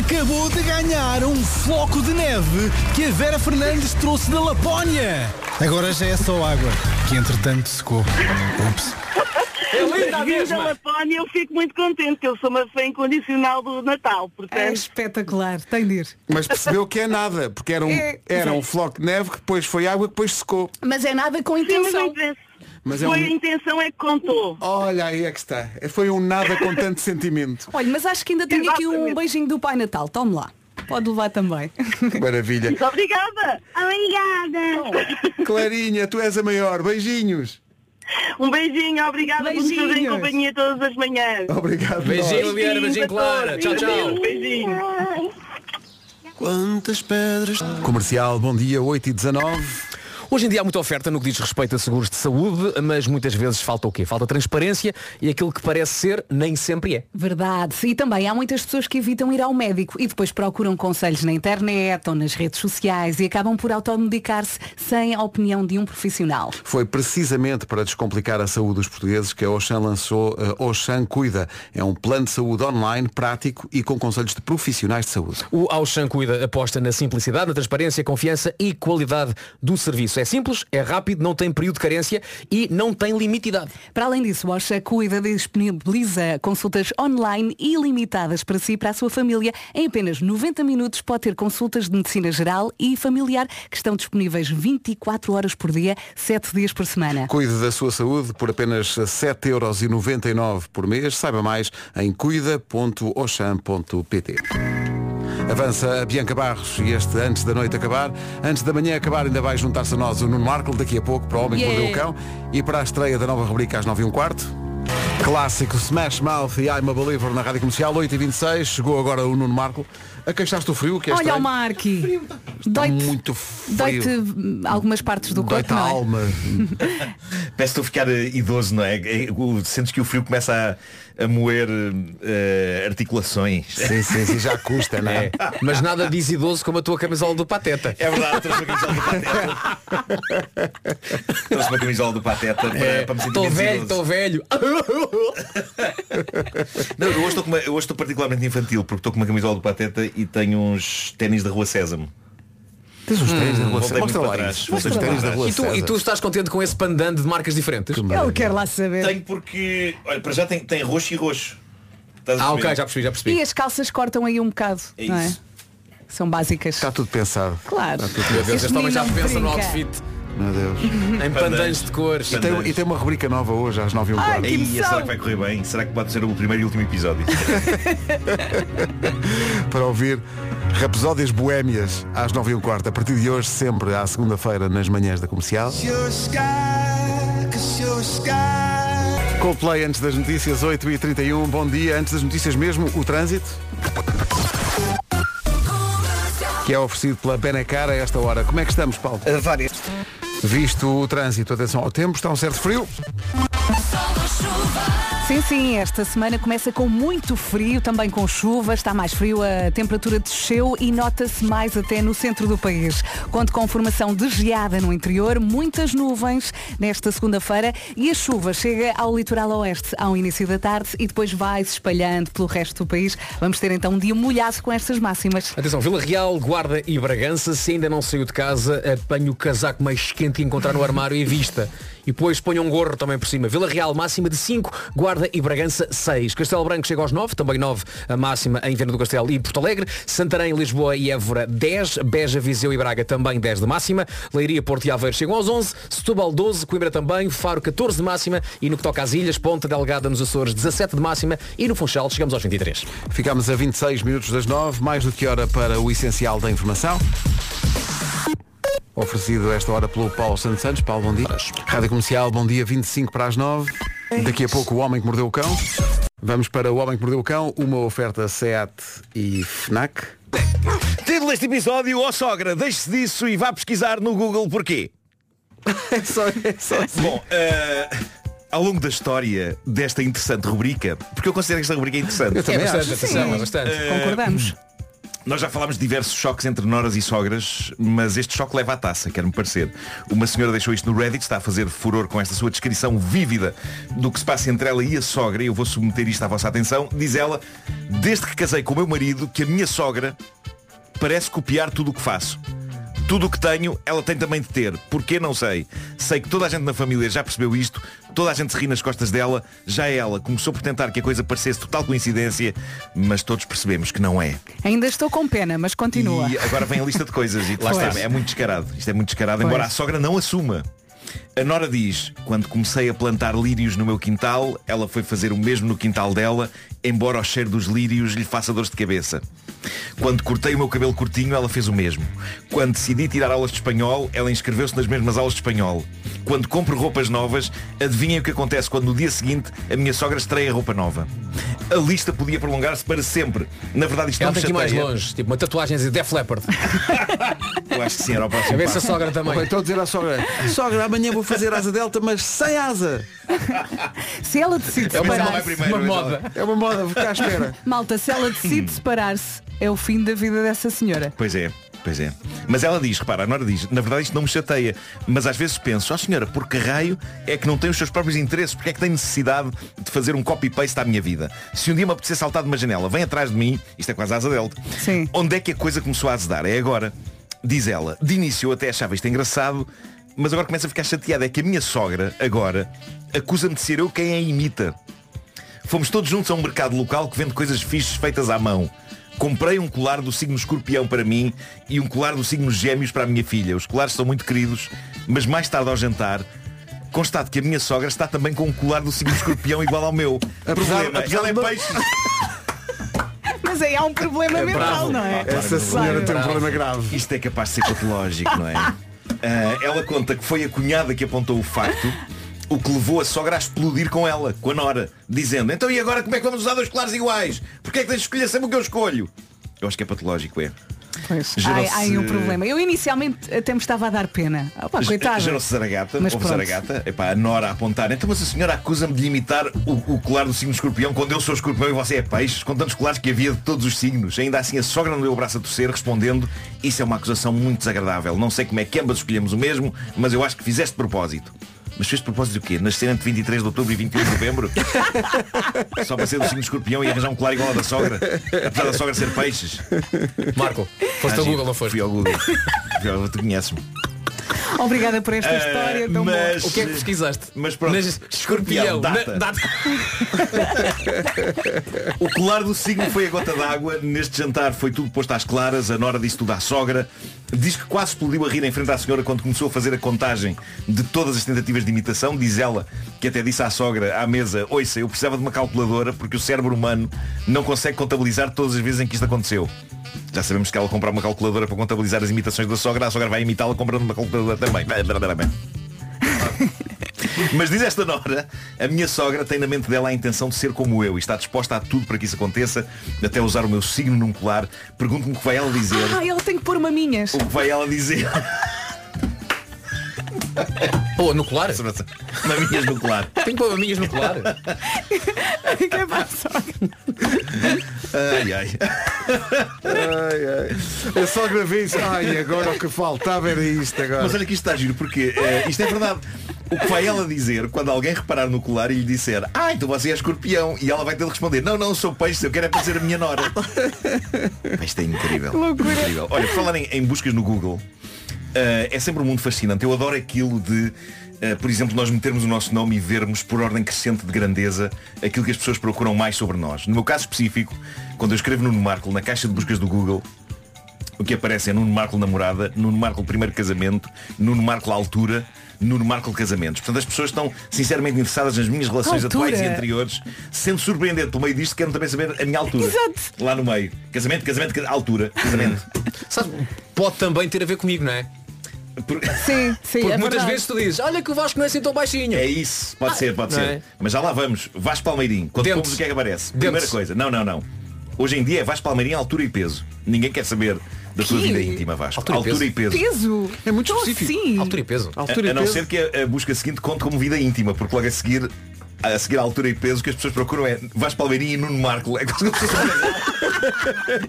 Speaker 8: Acabou de ganhar um floco de neve que a Vera Fernandes trouxe da Lapónia. Agora já é só água, que entretanto secou. Ups.
Speaker 4: É linda a
Speaker 7: Vindo da
Speaker 4: mesma.
Speaker 7: Lapónia, eu fico muito contente, que eu sou uma fã incondicional do Natal,
Speaker 3: É
Speaker 7: portanto.
Speaker 3: espetacular, tem de ir.
Speaker 1: (laughs) Mas percebeu que é nada, porque era um,
Speaker 3: É,
Speaker 1: era um
Speaker 3: exato.
Speaker 1: floco de neve que depois foi água que depois secou.
Speaker 3: Mas é nada com
Speaker 7: Sim, mas não
Speaker 3: intenção.
Speaker 7: interessa.
Speaker 1: Mas é
Speaker 7: um Foi
Speaker 1: um-
Speaker 7: a intenção é que contou.
Speaker 1: Olha, aí é que está. Foi um nada com tanto sentimento.
Speaker 3: Olha, mas acho que ainda tenho aqui um
Speaker 7: Exatamente.
Speaker 3: beijinho do Pai Natal. Tome lá. Pode levar também. (laughs)
Speaker 1: Maravilha.
Speaker 7: Muito obrigada! Obrigada!
Speaker 1: Clarinha, tu és a maior. Beijinhos.
Speaker 7: Um beijinho, obrigada por nos fazerem
Speaker 3: Beijinhos.
Speaker 7: companhia todas as manhãs.
Speaker 1: Obrigado.
Speaker 4: Beijinho,
Speaker 1: nós.
Speaker 4: Liliana. Beijinho, Clara. Tchau, tchau.
Speaker 7: Beijinho.
Speaker 8: Quantas pedras.
Speaker 1: Comercial, bom dia, 8 e 19.
Speaker 4: Hoje em dia há muita oferta no que diz respeito a seguros de saúde, mas muitas vezes falta o quê? Falta transparência e aquilo que parece ser nem sempre é.
Speaker 3: Verdade. E também há muitas pessoas que evitam ir ao médico e depois procuram conselhos na internet ou nas redes sociais e acabam por automedicar-se sem a opinião de um profissional.
Speaker 1: Foi precisamente para descomplicar a saúde dos portugueses que a Oxan lançou a Oxan Cuida. É um plano de saúde online, prático e com conselhos de profissionais de saúde.
Speaker 4: O Auchan Cuida aposta na simplicidade, na transparência, confiança e qualidade do serviço. É simples, é rápido, não tem período de carência e não tem limitidade.
Speaker 3: Para além disso, o OSHA cuida e disponibiliza consultas online ilimitadas para si e para a sua família. Em apenas 90 minutos pode ter consultas de medicina geral e familiar que estão disponíveis 24 horas por dia, 7 dias por semana.
Speaker 1: Cuide da sua saúde por apenas 7,99€ por mês. Saiba mais em cuida.oxam.pt Avança a Bianca Barros e este antes da noite acabar. Antes da manhã acabar ainda vai juntar-se a nós o Nuno Marco daqui a pouco para o Homem que
Speaker 3: Yeah.
Speaker 1: Mordeu o Cão e para a estreia da nova rubrica às 9 h quarto. Clássico Smash Mouth e I'm a Believer na Rádio Comercial 8h26. Chegou agora o Nuno Marco. A queixaste o frio, que é
Speaker 3: Olha
Speaker 1: estranho.
Speaker 3: o Marqui. Dói-te
Speaker 1: Muito frio.
Speaker 3: dói-te, hum, algumas partes do corpo,
Speaker 1: Dói-te a
Speaker 3: não é?
Speaker 1: alma.
Speaker 9: Parece que estou a ficar eh, idoso, não é? Eh, o- Sentes que o frio começa a, a moer eh, articulações.
Speaker 1: Sim, sim, sim, já custa, não é?
Speaker 4: Mas nada diz idoso como a tua camisola do Pateta.
Speaker 9: É verdade, trouxe uma camisola do Pateta. (laughs) É. trouxe uma camisola do Pateta para, para me sentir
Speaker 4: Estou
Speaker 9: menos
Speaker 4: velho,
Speaker 9: idoso.
Speaker 4: estou velho. Ah,
Speaker 9: Não, eu hoje estou com uma- eu hoje estou particularmente infantil porque estou com uma camisola do Pateta e tenho uns ténis da Rua Sésamo.
Speaker 1: Tens os ténis da Rua
Speaker 9: voltei
Speaker 1: César.
Speaker 9: muito
Speaker 1: Mostra
Speaker 9: para
Speaker 1: lá
Speaker 9: trás.
Speaker 1: isso. Mostra
Speaker 9: Voltei
Speaker 1: os ténis da
Speaker 9: para
Speaker 1: Rua
Speaker 4: E
Speaker 9: trás.
Speaker 4: tu, e tu
Speaker 1: César.
Speaker 4: estás contente com esse pandando de marcas diferentes?
Speaker 1: Que
Speaker 3: Ele
Speaker 1: maravilha.
Speaker 3: quer lá saber.
Speaker 9: Tenho porque, olha, para já tem, tem roxo e roxo. Estás a
Speaker 4: Ah, ok,
Speaker 9: perceber?
Speaker 4: já percebi, já
Speaker 3: E
Speaker 4: percebi.
Speaker 3: as calças cortam aí um bocado,
Speaker 9: É
Speaker 3: não é?
Speaker 9: isso.
Speaker 3: São básicas.
Speaker 1: Está tudo pensado.
Speaker 3: Claro.
Speaker 4: Meu Deus,
Speaker 3: Este
Speaker 4: este homem já
Speaker 3: menino
Speaker 4: pensa no
Speaker 3: brinca.
Speaker 4: outfit,
Speaker 1: Meu (laughs) Deus.
Speaker 4: em pandanhos de cores.
Speaker 1: E tem, um- e tem uma rubrica nova hoje às um 9 h
Speaker 3: Ai, que
Speaker 9: Ei, será
Speaker 3: emoção.
Speaker 9: que vai correr bem? Será que pode ser o primeiro e último episódio?
Speaker 1: para ouvir Rapsódias Boémias às 9 h quarto. A partir de hoje, sempre à segunda-feira, nas manhãs da comercial. Coldplay antes das notícias, 8h31. Bom dia. Antes das notícias mesmo, o trânsito. Que é oferecido pela Benacar a esta hora. Como é que estamos, Paulo?
Speaker 5: Uh, Várias.
Speaker 1: Visto o trânsito, atenção ao tempo, está um certo frio.
Speaker 3: Sim, sim, esta semana começa com muito frio, também com chuva, está mais frio, a temperatura desceu e nota-se mais até no centro do país. Conto com formação de geada no interior, muitas nuvens nesta segunda-feira e a chuva chega ao litoral oeste ao início da tarde e depois vai se espalhando pelo resto do país. Vamos ter então um dia molhado com estas máximas.
Speaker 4: Atenção, Vila Real, Guarda e Bragança, se ainda não saiu de casa, apanhe o casaco mais quente que encontrar no armário e vista. E depois ponha um gorro também por cima. Vila Real, máxima de 5, Guarda e Bragança 6. Castelo Branco chega aos 9, também 9 a máxima em Viana do Castelo e Porto Alegre. Santarém, Lisboa e Évora 10, Beja, Viseu e Braga também 10 de máxima. Leiria, Porto e Aveiro chegam aos 11, Setúbal 12, Coimbra também, Faro 14 de máxima e no que toca às ilhas, Ponta Delgada nos Açores 17 de máxima e no Funchal chegamos aos 23.
Speaker 1: Ficámos a 26 minutos das 9, mais do que hora para o essencial da informação. Oferecido esta hora pelo Paulo Santos Santos. Paulo, bom dia. Rádio Comercial, bom dia, 25 para as 9. Daqui a pouco o Homem que Mordeu o Cão. Vamos para o Homem que Mordeu o Cão, uma oferta SEAT e FNAC.
Speaker 9: Título deste episódio, ó sogra, deixe-se disso e vá pesquisar no Google porquê.
Speaker 1: (laughs) É só, é só.
Speaker 9: Bom, eh, ao longo da história desta interessante rubrica, porque eu considero que esta rubrica é interessante,
Speaker 1: Eu também
Speaker 4: é bastante,
Speaker 1: acho.
Speaker 4: atenção, é bastante.
Speaker 3: Concordamos?
Speaker 9: nós já falámos de diversos choques entre noras e sogras, mas este choque leva à taça, quer-me parecer. Uma senhora deixou isto no Reddit, está a fazer furor com esta sua descrição vívida do que se passa entre ela e a sogra, e eu vou submeter isto à vossa atenção. Diz ela, desde que casei com o meu marido, que a minha sogra parece copiar tudo o que faço. Tudo o que tenho, ela tem também de ter. Porquê não sei. Sei que toda a gente na família já percebeu isto, toda a gente se ri nas costas dela, já é ela começou por tentar que a coisa parecesse total coincidência, mas todos percebemos que não é.
Speaker 3: Ainda estou com pena, mas continua.
Speaker 9: E agora vem a lista de coisas e lá
Speaker 3: Pois.
Speaker 9: está, é muito descarado. Isto é muito descarado, embora a sogra não assuma. A Nora diz, quando comecei a plantar lírios no meu quintal, ela foi fazer o mesmo no quintal dela, embora o cheiro dos lírios lhe faça dores de cabeça. Quando cortei o meu cabelo curtinho, ela fez o mesmo. Quando decidi tirar aulas de espanhol, ela inscreveu-se nas mesmas aulas de espanhol. Quando compro roupas novas, adivinhem o que acontece quando no dia seguinte a minha sogra estreia roupa nova. A lista podia prolongar-se para sempre. Na verdade, isto
Speaker 4: Ela
Speaker 9: não me
Speaker 4: tem que ir É um mais
Speaker 9: chateia.
Speaker 4: longe, tipo uma tatuagem de Def Leppard.
Speaker 9: Eu acho que sim, era o
Speaker 4: A
Speaker 9: próximo
Speaker 4: ver se a
Speaker 9: passo.
Speaker 4: sogra também.
Speaker 1: Estou a dizer à sogra, sogra, amanhã vou fazer asa delta, mas sem asa.
Speaker 3: Se ela decide
Speaker 9: Mas ela
Speaker 3: separar-se,
Speaker 9: vai primeiro,
Speaker 4: Uma
Speaker 9: mas ela-
Speaker 4: moda.
Speaker 1: É uma moda, vou ficar à espera.
Speaker 3: malta, se ela decide separar-se, é o fim da vida dessa senhora.
Speaker 9: Pois é, pois é. Mas ela diz, repara, a Nora diz, na verdade isto não me chateia, mas às vezes penso, ó senhora, por que raio é que não tem os seus próprios interesses? Porque é que tem necessidade de fazer um copy-paste à minha vida? Se um dia me apetecer saltar de uma janela, vem atrás de mim, isto é quase a asa delta,
Speaker 3: Sim.
Speaker 9: onde é que a coisa começou a azedar? É agora. Diz ela, de início eu até achava isto engraçado, mas agora começa a ficar chateada. É que a minha sogra, agora, acusa-me de ser eu quem a imita. Fomos todos juntos a um mercado local que vende coisas fixes feitas à mão. Comprei um colar do signo escorpião para mim e um colar do signo gêmeos para a minha filha. Os colares são muito queridos, mas mais tarde ao jantar, constato que a minha sogra está também com um colar do signo escorpião igual ao meu. Problema,
Speaker 1: apesar
Speaker 9: ela é
Speaker 1: de-
Speaker 9: peixe.
Speaker 3: Mas aí há um problema mental, não é?
Speaker 1: Essa senhora tem um problema grave.
Speaker 9: Isto é capaz de ser patológico,
Speaker 3: (laughs)
Speaker 9: não é? Ah, ela conta que foi a cunhada que apontou o facto, o que levou a sogra a explodir com ela, com a Nora, dizendo, então e agora como é que vamos usar dois colares iguais? Porquê é que tens de escolher sempre o que eu escolho? Eu acho que é patológico, é.
Speaker 3: Pois, há,
Speaker 9: Gerou-se-
Speaker 3: há aí um problema. Eu inicialmente até me estava a dar pena. Ah, pá, coitada.
Speaker 9: Gerou-se Zaragata,
Speaker 3: Mas
Speaker 9: houve
Speaker 3: pronto.
Speaker 9: Zaragata, epá, a Nora a apontar, então mas a senhora acusa-me de limitar o, o colar do signo escorpião quando eu sou escorpião e você é peixe, com tantos colares que havia de todos os signos. Ainda assim a sogra não deu o braço a torcer, respondendo, isso é uma acusação muito desagradável. Não sei como é que ambas escolhemos o mesmo, mas eu acho que fizeste de propósito. Mas fez de propósito o quê? Nascer entre 23 de outubro e 21
Speaker 3: (laughs)
Speaker 9: de novembro? Só para ser do signo de escorpião e arranjar um claro igual ao da sogra? Apesar da sogra ser peixes.
Speaker 4: Marco, foste
Speaker 9: Ah,
Speaker 4: ao
Speaker 9: giro.
Speaker 4: Google, não foste?
Speaker 9: Fui ao Google. Fui ao- Tu conheces-me.
Speaker 3: Obrigada por esta
Speaker 9: Ah,
Speaker 3: história tão boa.
Speaker 9: mas-
Speaker 4: O que é que pesquisaste?
Speaker 9: Mas pronto.
Speaker 4: Nas- escorpião.
Speaker 9: Escorpião, data.
Speaker 4: Na- data.
Speaker 9: O colar do signo foi a gota d'água. Neste jantar foi tudo posto às claras. A Nora disse tudo à sogra. Diz que quase explodiu a rir em frente à senhora quando começou a fazer a contagem de todas as tentativas de imitação. Diz ela que até disse à sogra à mesa, ouça, eu precisava de uma calculadora porque o cérebro humano não consegue contabilizar todas as vezes em que isto aconteceu. Já sabemos que ela comprar uma calculadora para contabilizar as imitações da sogra, a sogra vai imitá-la comprando uma calculadora também. (laughs) Mas diz esta Nora, a minha sogra tem na mente dela a intenção de ser como eu e está disposta a tudo para que isso aconteça, até usar o meu signo num colar. Pergunto-me o que vai ela dizer.
Speaker 3: Ah, ele tem que pôr maminhas.
Speaker 9: O que vai ela dizer? (laughs)
Speaker 4: Pô, no colar?
Speaker 9: Maminhas no colar.
Speaker 4: Tenho que pôr maminhas no colar.
Speaker 3: (laughs)
Speaker 9: (laughs)
Speaker 3: Que é passa?
Speaker 9: Ai, ai.
Speaker 1: Ai, ai. Eu só gravei isso. Ai, agora o que faltava era isto agora.
Speaker 9: Mas olha que isto está giro, porque eh, isto é verdade. O que vai ela dizer quando alguém reparar no colar e lhe disser Ah, então você é escorpião E ela vai ter de responder Não, não, sou peixe, eu quero é fazer a minha nora Pá, Isto é incrível, incrível. Olha, por falar em, em buscas no Google eh, É sempre um mundo fascinante Eu adoro aquilo de eh, Por exemplo, nós metermos o nosso nome e vermos Por ordem crescente de grandeza Aquilo que as pessoas procuram mais sobre nós No meu caso específico, quando eu escrevo Nuno Marco Na caixa de buscas do Google o que aparece é Nuno Marco namorada, Nuno Marco primeiro casamento, Nuno Marco altura, Nuno Marco casamentos. Portanto, as pessoas estão sinceramente interessadas nas minhas relações
Speaker 3: Altura.
Speaker 9: atuais e anteriores, sendo surpreendente pelo meio disto, quero também saber a minha altura.
Speaker 3: Exato.
Speaker 9: Lá no meio. Casamento, casamento,
Speaker 3: (laughs)
Speaker 9: ca- altura, casamento.
Speaker 4: Sabe, pode também ter a ver comigo, não é?
Speaker 9: Por-
Speaker 3: Sim, sim.
Speaker 4: Porque
Speaker 3: é
Speaker 4: muitas
Speaker 3: verdade.
Speaker 4: vezes tu dizes, olha que o Vasco não é assim tão baixinho.
Speaker 9: É isso, pode ser, pode
Speaker 4: não
Speaker 9: ser.
Speaker 4: é?
Speaker 9: Mas já lá vamos. Vasco Palmeirinho, quando
Speaker 4: Dentes.
Speaker 9: pomos o que é que aparece?
Speaker 4: Dentes.
Speaker 9: Primeira coisa, não, não, não. Hoje em dia é Vasco Palmeirinho altura e peso. Ninguém quer saber da sua
Speaker 3: Que?
Speaker 9: vida íntima, Vasco.
Speaker 4: Altura e peso.
Speaker 9: e peso.
Speaker 3: Peso.
Speaker 1: É muito
Speaker 3: Então,
Speaker 1: específico.
Speaker 3: Sim.
Speaker 4: Altura e peso.
Speaker 9: A- a, É, não ser que a, a busca seguinte conte como vida íntima, porque logo a seguir, a seguir à altura e peso, o que as pessoas procuram é Vasco Palmeirinho e Nuno Marco. É como se fosse um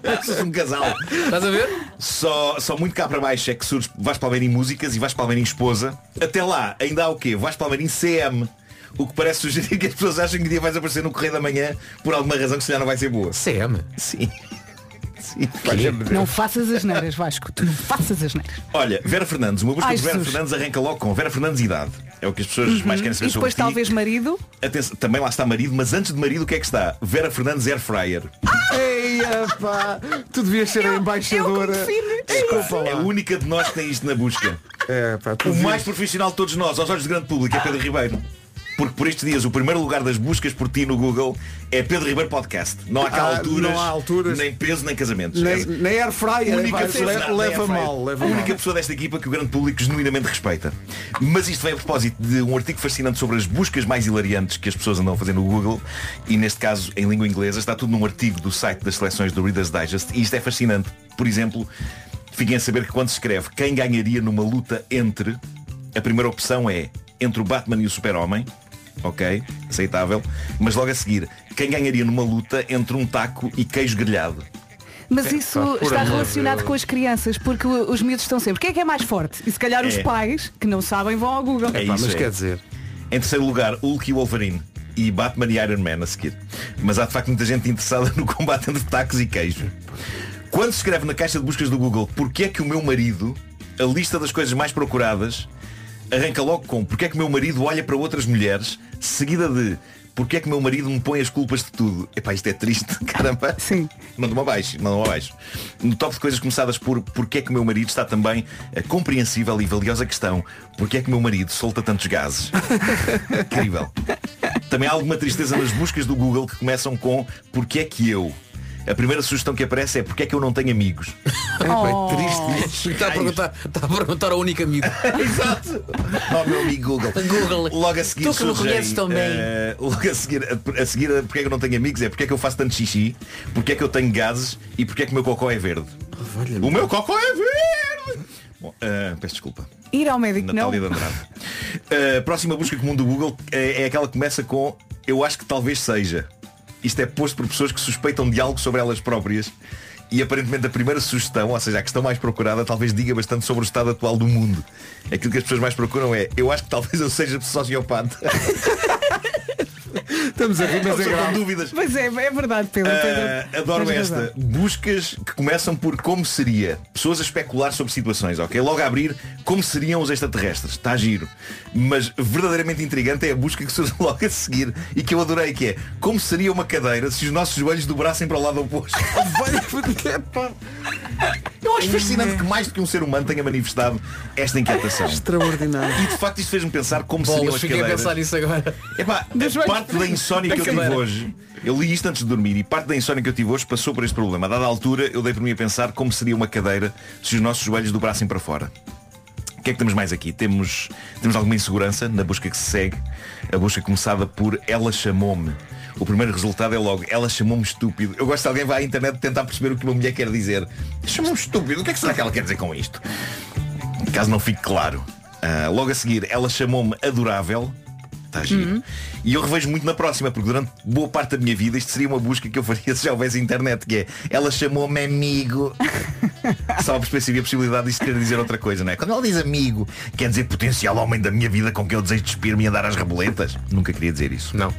Speaker 4: (laughs)
Speaker 9: casal. Como se fosse um casal.
Speaker 4: Estás a ver?
Speaker 9: Só, só muito cá para baixo é que surge Vasco Palmeirinho Músicas e Vasco Palmeirinho Esposa. Até lá, ainda há o quê? Vasco Palmeirinho CM. O que parece sugerir que as pessoas acham que um dia vais aparecer no Correio da Manhã por alguma razão que se calhar não vai ser boa.
Speaker 4: CM.
Speaker 9: Sim. Sim.
Speaker 3: Não faças as neiras, Vasco. Tu não faças as neiras.
Speaker 9: Olha, Vera Fernandes, uma busca
Speaker 3: Ai,
Speaker 9: de Vera
Speaker 3: Jesus. Uhum.
Speaker 9: Fernandes arranca logo com Vera Fernandes idade. É o que as pessoas mais querem
Speaker 3: E
Speaker 9: saber sobre
Speaker 3: depois
Speaker 9: ti.
Speaker 3: talvez marido.
Speaker 9: Atenção, também lá está marido, mas antes de marido o que é que está? Vera Fernandes Air Fryer.
Speaker 1: Eia, pá, tu devias ser a embaixadora.
Speaker 3: eu que defino.
Speaker 1: Desculpa
Speaker 9: É a
Speaker 1: lá.
Speaker 9: única de nós que tem isto na busca.
Speaker 1: É, pá, tu
Speaker 9: O
Speaker 1: devias-
Speaker 9: mais profissional de todos nós, aos olhos do grande público, é Pedro Ribeiro. Porque por estes dias o primeiro lugar das buscas por ti no Google é Pedro Ribeiro Podcast. Não há cá
Speaker 1: Ah,
Speaker 9: alturas,
Speaker 1: não há alturas.
Speaker 9: nem peso, nem casamentos.
Speaker 1: Nem,
Speaker 9: É-
Speaker 1: nem air fryer,
Speaker 9: A única
Speaker 1: pá,
Speaker 9: pessoa-
Speaker 1: le-
Speaker 9: nada,
Speaker 1: leva
Speaker 9: é
Speaker 1: mal,
Speaker 9: feio.
Speaker 1: leva
Speaker 9: a
Speaker 1: mal.
Speaker 9: única pessoa desta equipa que o grande público genuinamente respeita. Mas isto vem a propósito de um artigo fascinante sobre as buscas mais hilariantes que as pessoas andam a fazer no Google e neste caso em língua inglesa está tudo num artigo do site das seleções do Reader's Digest e isto é fascinante. Por exemplo, fiquem a saber que quando se escreve quem ganharia numa luta entre, a primeira opção é entre o Batman e o Super-Homem. Ok, aceitável. Mas logo a seguir, quem ganharia numa luta entre um taco e queijo grelhado?
Speaker 3: Mas
Speaker 9: É,
Speaker 3: isso está relacionado com as crianças, porque o- os miúdos estão sempre. Quem é que é mais forte? E se calhar os
Speaker 9: É.
Speaker 3: pais, que não sabem, vão ao Google.
Speaker 9: É
Speaker 1: Pá,
Speaker 9: isso,
Speaker 1: mas
Speaker 9: é.
Speaker 1: quer dizer,
Speaker 9: Em terceiro lugar, Hulk e Wolverine. E Batman e Iron Man a seguir. Mas há de facto muita gente interessada (laughs) no combate entre tacos e queijo. Quando se escreve na caixa de buscas do Google porque é que o meu marido, a lista das coisas mais procuradas, arranca logo com porque é que o meu marido olha para outras mulheres, seguida de porque é que o meu marido me põe as culpas de tudo. Epá, isto é triste, (laughs) caramba.
Speaker 3: Sim.
Speaker 9: Mandou-me abaixo, mandou-me abaixo. No top de coisas começadas por porque é que o meu marido está também a compreensível e valiosa questão, porque é que o meu marido solta tantos gases. Incrível. Também há alguma tristeza nas buscas do Google que começam com porque é que eu. A primeira sugestão que aparece é porque é que eu não tenho amigos.
Speaker 1: é, pá,
Speaker 4: Oh.
Speaker 1: é triste.
Speaker 4: Está a perguntar, está a perguntar ao único amigo.
Speaker 9: (laughs) Exato. Ó meu amigo Google.
Speaker 4: Google.
Speaker 9: Logo a seguir
Speaker 4: Tu que me
Speaker 9: surge
Speaker 4: conheces
Speaker 9: aí,
Speaker 4: tão bem.
Speaker 9: eh, logo a seguir, a, a seguir, a porque é que eu não tenho amigos, é porque é que eu faço tanto xixi, porque é que eu tenho gases e porque é que o meu cocó é verde.
Speaker 1: Oh,
Speaker 9: o meu cocó é verde! Bom, eh, peço desculpa.
Speaker 3: Ir ao médico, não.
Speaker 9: Natália de Andrade. Eh, próxima busca comum do Google eh, é aquela que começa com Eu acho que talvez seja. Isto é posto por pessoas que suspeitam de algo sobre elas próprias E aparentemente a primeira sugestão, ou seja, a questão mais procurada, talvez diga bastante sobre o estado atual do mundo. Aquilo que as pessoas mais procuram é, eu acho que talvez eu seja sociopata.
Speaker 1: Estamos a rir, mas é
Speaker 9: Só com
Speaker 1: grave.
Speaker 9: dúvidas.
Speaker 3: Mas é, é verdade, Pedro.
Speaker 9: Ah,
Speaker 3: Pedro,
Speaker 9: adoro
Speaker 3: tens
Speaker 9: esta.
Speaker 3: razão.
Speaker 9: Buscas que começam por como seria. Pessoas a especular sobre situações, ok? Logo a abrir como seriam os extraterrestres. Está giro. Mas verdadeiramente intrigante é a busca que surge (laughs) logo a seguir e que eu adorei, que é como seria uma cadeira se os nossos joelhos dobrassem para o lado
Speaker 3: (laughs)
Speaker 9: oposto.
Speaker 1: (laughs)
Speaker 9: Eu acho fascinante que mais do que um ser humano tenha manifestado esta inquietação.
Speaker 1: Extraordinário.
Speaker 9: E de facto isto fez-me pensar como seriam
Speaker 4: Bolas,
Speaker 9: as
Speaker 4: fiquei a
Speaker 9: cadeiras.
Speaker 4: pensar nisso agora.
Speaker 9: Epá,
Speaker 3: Dos joelhos
Speaker 9: parte da insónia
Speaker 4: da
Speaker 9: que eu tive
Speaker 4: cadeira.
Speaker 9: hoje, eu li isto antes de dormir e parte da insónia que eu tive hoje passou por este problema. A dada altura, eu dei por mim a pensar como seria uma cadeira se os nossos joelhos dobrassem para fora. O que é que temos mais aqui? Temos, temos alguma insegurança na busca que se segue. A busca começada por Ela Chamou-me. O primeiro resultado é logo Ela Chamou-me Estúpido. Eu gosto de alguém vá à internet tentar perceber o que uma mulher quer dizer. Chamou-me Estúpido. O que é que será que ela quer dizer com isto? Caso não fique claro. Ah, logo a seguir, ela chamou-me adorável. Está giro.
Speaker 3: Uhum.
Speaker 9: E eu revejo muito na próxima, porque durante boa parte da minha vida isto seria uma busca que eu faria se já houvesse internet, que é ela
Speaker 3: (laughs)
Speaker 9: chamou-me amigo. Só para perceber a possibilidade disto querer dizer outra coisa, não é? Quando ela diz amigo, quer dizer potencial homem da minha vida com quem eu desejo despir-me e andar às raboletas. Nunca queria dizer isso.
Speaker 4: Não.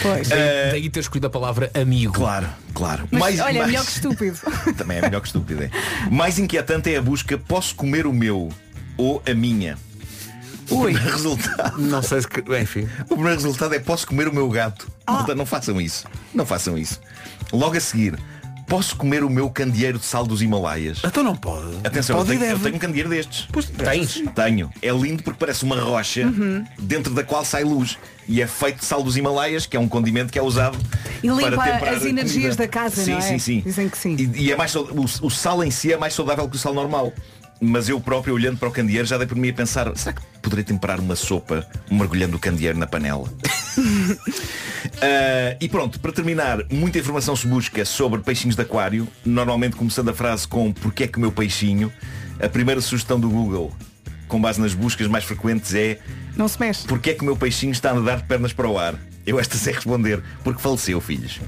Speaker 3: Pois.
Speaker 9: Eh,
Speaker 4: Daí, daí ter escolhido a palavra amigo.
Speaker 9: Claro, claro.
Speaker 3: Mas,
Speaker 9: Mais-
Speaker 3: olha,
Speaker 9: mais-
Speaker 3: melhor que estúpido.
Speaker 9: (laughs) Também é melhor que estúpido, é. Mais inquietante é a busca posso comer o meu ou a minha. O
Speaker 3: Ui.
Speaker 9: primeiro (laughs) resultado
Speaker 1: Não sei se... que- Enfim.
Speaker 9: O primeiro resultado é posso comer o meu gato.
Speaker 3: Ah.
Speaker 9: Malta, não façam isso. Não façam isso. Logo a seguir, posso comer o meu candeeiro de sal dos Himalaias.
Speaker 1: Então não pode.
Speaker 9: Atenção, eu
Speaker 1: pode e
Speaker 9: tenho, eu
Speaker 1: deve.
Speaker 9: tenho um candeeiro destes.
Speaker 4: Tens?
Speaker 9: Tenho. É lindo porque parece uma rocha
Speaker 3: Uhum.
Speaker 9: dentro da qual sai luz. E é feito de sal dos Himalaias, que é um condimento que é usado
Speaker 3: E limpa
Speaker 9: para temperar
Speaker 3: as
Speaker 9: a
Speaker 3: energias
Speaker 9: comida.
Speaker 3: da casa,
Speaker 9: sim,
Speaker 3: não é?
Speaker 9: Sim, sim.
Speaker 3: Dizem que sim.
Speaker 9: E, e é mais, saudável- o, o sal em si é mais saudável que o sal normal. Mas eu próprio, olhando para o candeeiro, já dei por mim a pensar, será que poderei temperar uma sopa mergulhando o candeeiro na panela? Ah, e pronto, para terminar, muita informação se busca sobre peixinhos de aquário, normalmente começando a frase com porque é que o meu peixinho, a primeira sugestão do Google, com base nas buscas mais frequentes, é
Speaker 3: (laughs) Não se mexe.
Speaker 9: porque é que o meu peixinho está a nadar de pernas para o ar? Eu esta sei responder, porque faleceu, filhos.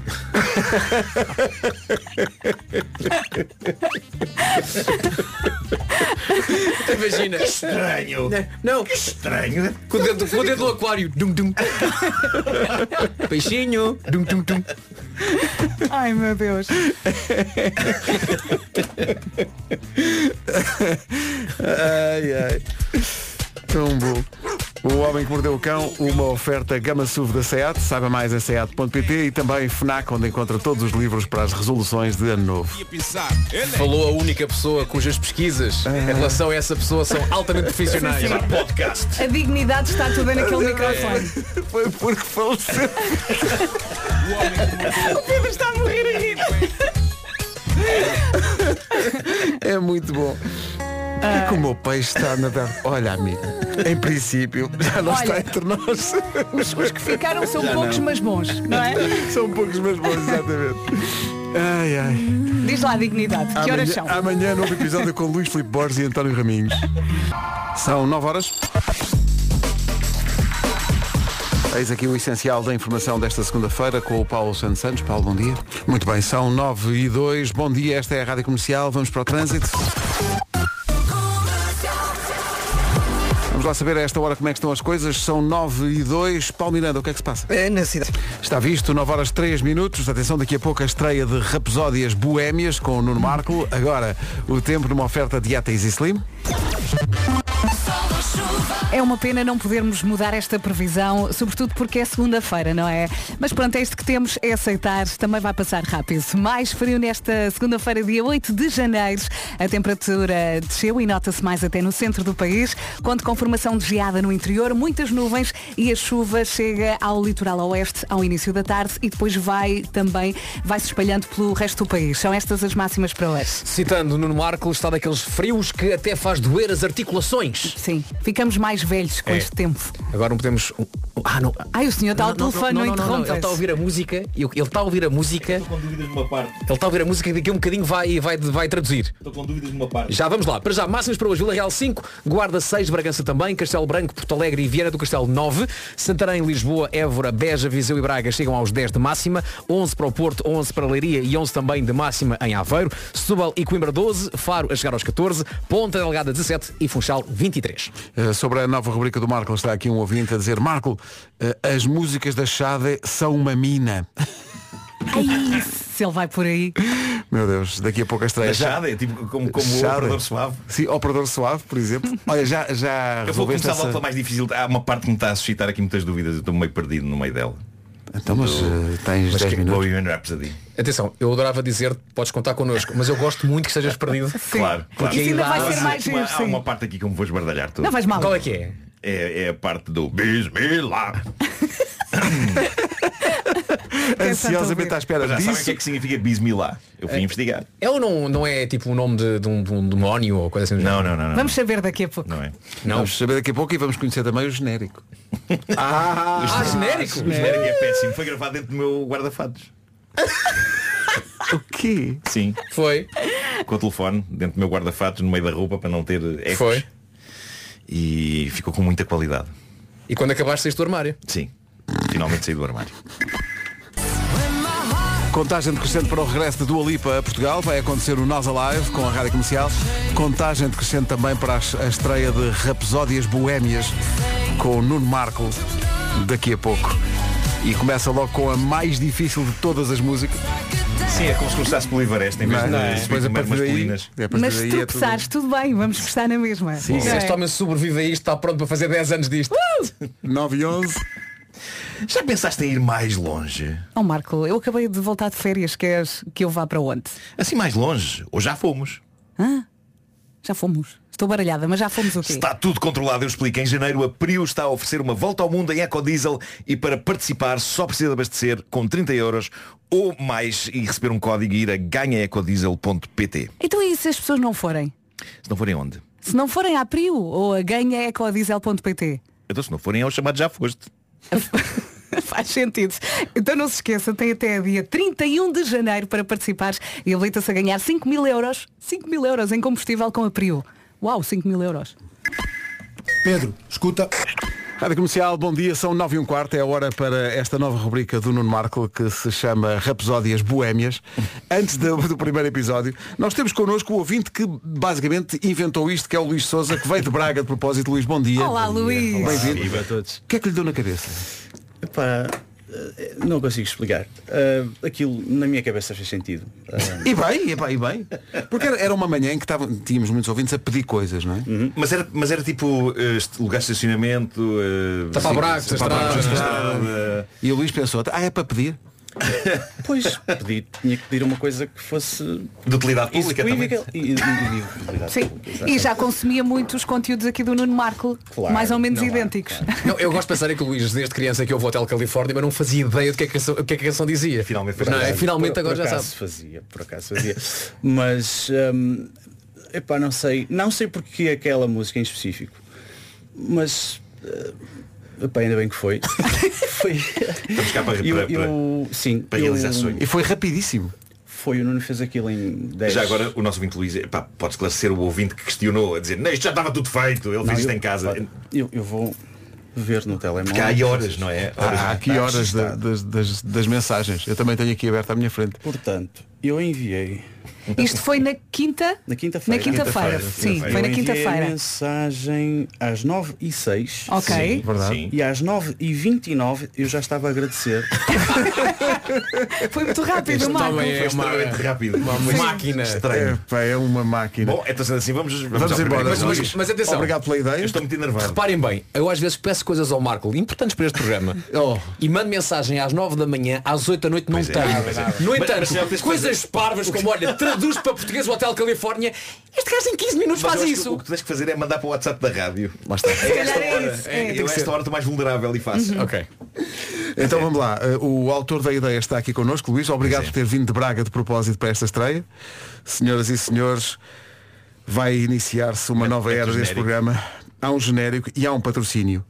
Speaker 4: (laughs) Imagina.
Speaker 9: Estranho!
Speaker 4: Não,
Speaker 9: Estranho!
Speaker 4: com o dedo, com o dedo no aquário. Dum, dum. Peixinho. Dum, dum, dum.
Speaker 3: Ai meu Deus.
Speaker 1: Ai, ai. Tão bom. O Homem que Mordeu o Cão, uma oferta Gama SUV da SEAT. Saiba mais em seat.pt e também FNAC, onde encontra todos os livros para as resoluções de ano novo.
Speaker 4: Falou a única pessoa cujas pesquisas em relação a essa pessoa são altamente profissionais.
Speaker 9: Podcast!
Speaker 3: A dignidade está toda naquele microfone.
Speaker 1: Foi porque faleceu.
Speaker 3: (laughs) O Pedro está a morrer a rir.
Speaker 1: É muito bom.
Speaker 3: Ah.
Speaker 1: E que o meu peixe está a nadar. Olha, amigo, em princípio, já não
Speaker 3: Olha.
Speaker 1: está entre nós. (laughs)
Speaker 3: Os, os que ficaram são poucos, um mas bons, não é?
Speaker 1: São poucos meus bons, exatamente. Ai, ai.
Speaker 3: Diz lá a dignidade.
Speaker 1: Ah,
Speaker 3: Que horas são?
Speaker 1: amanhã, amanhã novo episódio com Luís Filipe Borges e António Raminhos. São 9 horas. Eis aqui o essencial da informação desta segunda-feira com o Paulo Santos Santos. Paulo, bom dia. Muito bem, são 9 e 2. Bom dia, esta é a Rádio Comercial. Vamos para o trânsito. Vamos lá saber a esta hora como é que estão as coisas. São 9 e 2. Paulo Miranda, o que é que se passa?
Speaker 5: Eh, Na cidade.
Speaker 1: Está visto, 9 horas 3 minutos. Atenção, daqui a pouco a estreia de Rapsódias Boémias com o Nuno Marco. Agora, o tempo numa oferta de Easy Slim.
Speaker 3: É uma pena não podermos mudar esta previsão, sobretudo porque é segunda-feira, não é? Mas pronto, é isto que temos, é aceitar. Também vai passar rápido. Mais frio nesta segunda-feira, dia 8 de janeiro. A temperatura desceu e nota-se mais até no centro do país. Conto com formação de geada no interior, muitas nuvens e a chuva chega ao litoral oeste ao início da tarde e depois vai também, vai se espalhando pelo resto do país. São estas as máximas para hoje.
Speaker 4: Citando Nuno Marco, está daqueles frios que até faz doer as articulações.
Speaker 3: Sim, ficamos mais velhos com
Speaker 4: É.
Speaker 3: este tempo.
Speaker 4: Agora não podemos Ah, não.
Speaker 3: Ai, o senhor está ao telefone, não,
Speaker 4: Ele está a
Speaker 3: interrompa.
Speaker 4: ouvir a música. eu- Ele está a ouvir a música.
Speaker 9: Estou com dúvidas numa parte.
Speaker 4: Ele está a ouvir a música que daqui a um bocadinho vai, vai, vai traduzir.
Speaker 9: Estou com dúvidas numa parte.
Speaker 4: Já vamos lá. Para já, máximas para hoje. Vila Real 5, Guarda 6, Bragança também, Castelo Branco, Porto Alegre e Vieira do Castelo 9, Santarém, Lisboa, Évora, Beja, Viseu e Braga chegam aos 10 de máxima, 11 para o Porto, 11 para Leiria e 11 também de máxima em Aveiro, Setúbal e Coimbra 12, Faro a chegar aos 14, Ponta Delgada 17 e Funchal 23.
Speaker 1: Eh, sobre a nova rubrica do Marco, está aqui um ouvinte a dizer, Marco, eh, as músicas da Chade são uma mina. (laughs)
Speaker 3: Ai, se ele vai por aí.
Speaker 1: Meu Deus, daqui a pouco a estreia. já-
Speaker 9: Deixada, é tipo como, como o
Speaker 1: Chade.
Speaker 9: operador suave.
Speaker 1: Sim, operador suave, por
Speaker 9: (laughs)
Speaker 1: exemplo. Olha, já, já
Speaker 9: Eu vou
Speaker 1: resolveste
Speaker 9: começar logo
Speaker 1: essa...
Speaker 9: pela mais difícil. Há uma parte que me está a suscitar aqui muitas dúvidas. Eu estou meio perdido no meio dela.
Speaker 1: Então, mas eh, tens 10
Speaker 9: Bohemian
Speaker 1: minutos.
Speaker 9: Rhapsody.
Speaker 4: Atenção, eu adorava dizer, podes contar connosco, mas eu gosto muito que estejas perdido.
Speaker 9: Claro, claro.
Speaker 3: Isso ainda
Speaker 4: aí dá-
Speaker 3: vai
Speaker 9: Mas
Speaker 3: ser mais
Speaker 9: uma-
Speaker 3: giro,
Speaker 9: há
Speaker 3: sim.
Speaker 9: uma parte aqui que eu me vou esbardalhar tudo.
Speaker 3: Não vais mal.
Speaker 4: Qual é que é?
Speaker 9: É, é a parte do Bismillah.
Speaker 1: Ansiosamente à espera
Speaker 9: Mas já sabem o
Speaker 1: disso.
Speaker 9: que é que significa Bismillah? Eu fui investigar.
Speaker 4: É ou não, não é tipo o nome de, de um, de um demónio ou coisa assim? do
Speaker 9: Não,
Speaker 4: género?
Speaker 9: não, não, não.
Speaker 3: Vamos saber daqui a pouco.
Speaker 9: Não é.
Speaker 4: Não.
Speaker 1: Vamos saber daqui a pouco e vamos conhecer também o genérico. ah,
Speaker 4: Ah, genérico?
Speaker 9: O genérico é péssimo. Foi gravado dentro do meu guarda-fatos.
Speaker 1: o quê?
Speaker 9: Sim,
Speaker 4: Foi.
Speaker 9: com o telefone, dentro do meu guarda-fatos, no meio da roupa, para não ter ecos.
Speaker 4: Foi.
Speaker 9: E ficou com muita qualidade.
Speaker 4: E quando acabaste saíste do armário?
Speaker 9: Sim. Finalmente saí do armário.
Speaker 1: Contagem decrescente para o regresso de Dua Lipa a Portugal. Vai acontecer o Nós Alive com a Rádio Comercial. Contagem decrescente também para as- a estreia de Rapsódias Boémias com o Nuno Marco daqui a pouco. E começa logo com a mais difícil de todas as músicas.
Speaker 9: Sim, é como se começasse pelo Ivareste em
Speaker 1: não
Speaker 9: vez
Speaker 1: é?
Speaker 9: de subir
Speaker 1: Depois a
Speaker 9: primeiro
Speaker 1: partir
Speaker 9: umas
Speaker 1: daí.
Speaker 9: colinas.
Speaker 1: é, a partir
Speaker 3: Mas
Speaker 1: daí
Speaker 3: se
Speaker 1: é
Speaker 3: tropeçares, tudo bem, vamos gostar na mesma. Não é?
Speaker 4: Este homem sobrevive a isto, está pronto para fazer 10 anos disto.
Speaker 1: tudo 9 e 11.
Speaker 9: Já pensaste em ir mais longe?
Speaker 3: Oh Marco, eu acabei de voltar de férias, queres que eu vá para onde?
Speaker 9: Assim mais longe? Ou já fomos?
Speaker 3: Já fomos. Estou baralhada, mas já fomos o
Speaker 9: Se
Speaker 3: quê?
Speaker 9: Está tudo controlado, eu explico. Em janeiro, a Prius está a oferecer uma volta ao mundo em ecodiesel e para participar só precisa de abastecer com 30 euros ou mais e receber um código e ir a ganhaecodiesel.pt.
Speaker 3: Então e se as pessoas não forem?
Speaker 9: Se não forem onde?
Speaker 3: Se não forem à Prio ou a é ganhaecodiesel.pt?
Speaker 9: Então se não forem ao chamado já foste.
Speaker 3: (laughs) Faz sentido. Então não se esqueça, tem até dia 31 de janeiro para participares e habilita-se a ganhar 5 mil euros, 5 mil euros em combustível com a Prio. Uau, 5 mil euros.
Speaker 8: Pedro, escuta.
Speaker 1: Rádio Comercial, bom dia, são 9 e um quarto, é a hora para esta nova rubrica do Nuno Marco que se chama Rapsódias (laughs) Boémias. Antes do, do primeiro episódio, nós temos connosco o ouvinte que basicamente inventou isto, que é o Luís Souza, que veio de Braga de propósito. Luís, bom dia.
Speaker 3: Olá, Luís.
Speaker 1: Bem-vindo.
Speaker 10: Viva a todos.
Speaker 1: O que é que lhe deu na cabeça?
Speaker 10: Epá, eh, não consigo explicar. Ah, aquilo na minha cabeça fez sentido. Ah,
Speaker 1: E bem, e bem, e bem. Porque era, era uma manhã em que estavam- tínhamos muitos ouvintes a pedir coisas, não é?
Speaker 9: Mas era, mas era tipo eh, este lugar de estacionamento. eh,
Speaker 4: Tapar
Speaker 9: sim,
Speaker 4: buracos,
Speaker 9: tapar buracos,
Speaker 4: estradas.
Speaker 9: estrada.
Speaker 1: E o Luís pensou, ah, é para pedir?
Speaker 10: pois, pedi, tinha que pedir uma coisa que fosse
Speaker 9: De utilidade pública também.
Speaker 10: execuível e, e, e, de utilidade
Speaker 3: Sim.
Speaker 10: pública,
Speaker 3: E
Speaker 10: exatamente.
Speaker 3: já consumia muitos conteúdos aqui do Nuno Marco,
Speaker 10: Claro,
Speaker 3: mais ou menos
Speaker 10: não há,
Speaker 3: idênticos.
Speaker 4: Não, eu gosto de pensar em que o Luís, desde criança que eu vou ao Hotel Califórnia, mas não fazia ideia do que, é que, a, canção, o que é que a canção dizia.
Speaker 9: Finalmente foi
Speaker 4: Não, é,
Speaker 9: verdade.
Speaker 4: finalmente
Speaker 10: por,
Speaker 4: agora já
Speaker 10: por acaso
Speaker 4: sabe.
Speaker 10: Fazia, por acaso fazia. Mas hum, epá, não sei. Não sei porque aquela música em específico. Mas eh, epá, ainda bem que foi. foi.
Speaker 9: Estamos cá para-
Speaker 10: eu,
Speaker 9: para-
Speaker 10: eu- sim,
Speaker 9: para
Speaker 10: eu-
Speaker 9: realizar sonhos.
Speaker 1: E foi rapidíssimo.
Speaker 10: Foi, o Nuno fez aquilo em 10
Speaker 9: Já agora o nosso ouvinte Luís eh, pá, pode esclarecer o ouvinte que questionou, a dizer, não, isto já estava tudo feito, ele
Speaker 10: Não,
Speaker 9: fez isto
Speaker 10: eu-
Speaker 9: em casa.
Speaker 10: olha, Eu, eu vou ver no telemóvel.
Speaker 9: Porque há aí horas, não é? Horas,
Speaker 1: Há
Speaker 9: não é?
Speaker 1: aqui
Speaker 10: está
Speaker 1: horas da-
Speaker 10: assustado.
Speaker 1: das, das- das mensagens. Eu também tenho aqui aberto à minha frente.
Speaker 10: Portanto, eu enviei
Speaker 3: (laughs) Isto foi na quinta?
Speaker 10: Na quinta-feira.
Speaker 3: Na quinta-feira,
Speaker 9: Quinta-feira,
Speaker 3: sim,
Speaker 9: quinta-feira.
Speaker 3: foi
Speaker 10: eu
Speaker 3: na
Speaker 10: enviei a
Speaker 3: quinta-feira.
Speaker 10: mensagem às 9 e 06
Speaker 3: Ok.
Speaker 1: Verdade.
Speaker 9: Sim.
Speaker 10: e é às 9 e 29 eu já estava a agradecer.
Speaker 3: Foi muito rápido, Marco.
Speaker 4: homem é uma,
Speaker 9: Extremamente rápido.
Speaker 4: uma máquina.
Speaker 1: É,
Speaker 9: Estranho.
Speaker 1: pá, é uma máquina.
Speaker 9: Bom, então sendo assim, vamos, vamos,
Speaker 1: Vamos
Speaker 9: ao primeiro
Speaker 1: embora.
Speaker 9: episódio.
Speaker 4: Mas- mas- mas atenção.
Speaker 1: Obrigado pela ideia.
Speaker 9: Eu estou muito enervado.
Speaker 4: Reparem bem, eu às vezes peço coisas ao Marco importantes para este
Speaker 9: (laughs)
Speaker 4: programa
Speaker 1: Oh.
Speaker 4: e mando mensagem às 9 da manhã, às 8 da noite não
Speaker 9: Pois é,
Speaker 4: tenho.
Speaker 9: pois é.
Speaker 4: No
Speaker 9: Mas-
Speaker 4: entanto,
Speaker 9: mas se não tens de
Speaker 4: coisas
Speaker 9: fazer-
Speaker 4: parvas como olha, traduz para português o Hotel Califórnia, este gajo em 15 minutos
Speaker 9: Mas eu
Speaker 4: faz
Speaker 9: acho que
Speaker 4: isso.
Speaker 9: o que tu tens que fazer é mandar para o WhatsApp da rádio.
Speaker 4: Lá está.
Speaker 9: É esta
Speaker 3: calhar é
Speaker 9: hora.
Speaker 3: isso, é,
Speaker 9: É,
Speaker 3: tem
Speaker 9: eu
Speaker 4: que ser.
Speaker 9: esta hora estou mais vulnerável e fácil.
Speaker 4: Ok.
Speaker 1: Então vamos lá. Uh, O autor da ideia está aqui connosco, Luís. Obrigado
Speaker 9: Pois é.
Speaker 1: por ter vindo de Braga de propósito para esta estreia. Senhoras e senhores, vai iniciar-se uma nova
Speaker 9: mete o
Speaker 1: era deste
Speaker 9: É genérico.
Speaker 1: programa. Há um genérico e há um patrocínio.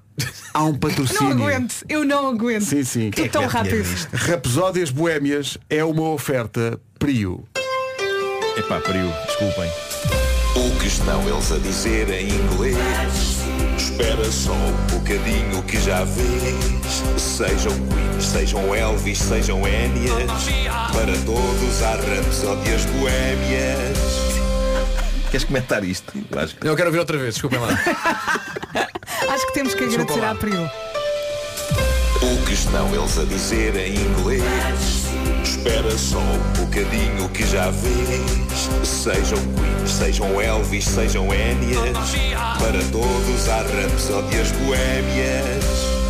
Speaker 1: há
Speaker 9: (laughs)
Speaker 1: um
Speaker 3: Não
Speaker 1: patrocínio.
Speaker 3: aguento, eu não aguento.
Speaker 1: Sim, sim.
Speaker 3: Estou tão rápido.
Speaker 1: Rapsódias Boémias é uma oferta Prio.
Speaker 9: Epá, pariu, desculpem.
Speaker 11: O que estão eles a dizer em inglês? Espera só um bocadinho que já vês. Sejam Queens, sejam Elvis, sejam Énias. Para todos há rapsódias boémias.
Speaker 9: Queres comentar isto? Eu acho que-
Speaker 4: Eu quero ouvir outra vez, desculpem lá.
Speaker 3: Acho que temos que
Speaker 4: Desculpa
Speaker 3: agradecer
Speaker 4: lá.
Speaker 3: à Priu.
Speaker 11: O que estão eles a dizer em inglês? Espera só um bocadinho que já vês. Sejam Queens, sejam Elvis, sejam Énias. Para todos há rapsódias boémias.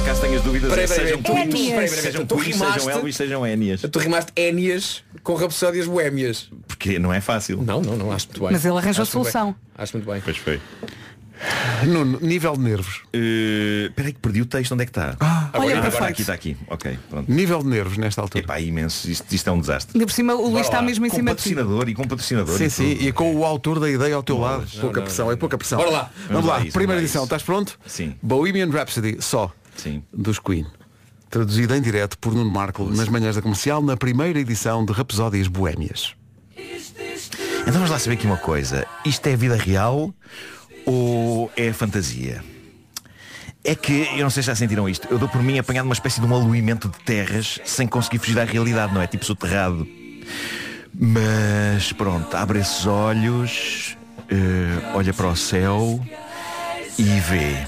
Speaker 9: Caso tenhas dúvidas,
Speaker 4: Peraí,
Speaker 9: é
Speaker 4: peraí,
Speaker 9: sejam
Speaker 4: peraí,
Speaker 9: Queens,
Speaker 4: peraí,
Speaker 3: peraí,
Speaker 9: sejam
Speaker 4: tu
Speaker 9: Queens,
Speaker 4: rimaste?
Speaker 9: sejam Elvis, sejam Énias.
Speaker 4: (laughs) Tu rimaste Énias com rapsódias boémias.
Speaker 9: Porque não é fácil.
Speaker 4: Não, não, não, acho muito bem.
Speaker 3: Mas ele arranjou
Speaker 4: Acho muito bem.
Speaker 3: solução.
Speaker 4: Acho muito bem.
Speaker 9: Pois foi.
Speaker 1: Nuno, nível de nervos.
Speaker 9: Eh, Espera aí que perdi o texto, onde é que está?
Speaker 3: olha,
Speaker 9: agora
Speaker 3: perfeito.
Speaker 9: aqui tá. está aqui. Ok, pronto.
Speaker 1: Nível de nervos nesta altura.
Speaker 9: Epá, imenso. Isto, isto é um desastre.
Speaker 3: De por cima o Luís
Speaker 4: Bora
Speaker 3: está
Speaker 4: lá.
Speaker 3: mesmo em
Speaker 9: Com
Speaker 3: cima de ti.
Speaker 9: patrocinador e com patrocinador.
Speaker 1: Sim,
Speaker 9: e
Speaker 1: sim,
Speaker 9: tudo.
Speaker 1: e com o autor da ideia ao teu lado. pouca pressão, é pouca pressão.
Speaker 4: Bora lá.
Speaker 1: Vamos
Speaker 9: Vamos
Speaker 1: lá,
Speaker 9: lá, isso,
Speaker 1: primeira
Speaker 9: vamos lá,
Speaker 1: edição,
Speaker 9: isso.
Speaker 1: estás pronto?
Speaker 9: Sim.
Speaker 1: Bohemian Rhapsody, só.
Speaker 9: Sim.
Speaker 1: Dos Queen. Traduzido em direto por Nuno Marco nas manhãs da comercial, na primeira edição de Rapsódias Boémias.
Speaker 9: Então vamos lá saber aqui uma coisa. Isto é vida real ou é fantasia? É que, eu não sei se já sentiram isto, eu dou por mim apanhado uma espécie de um aluimento de terras sem conseguir fugir à realidade, não é? Tipo soterrado. Mas pronto, abre esses olhos, eh, olha para o céu e vê.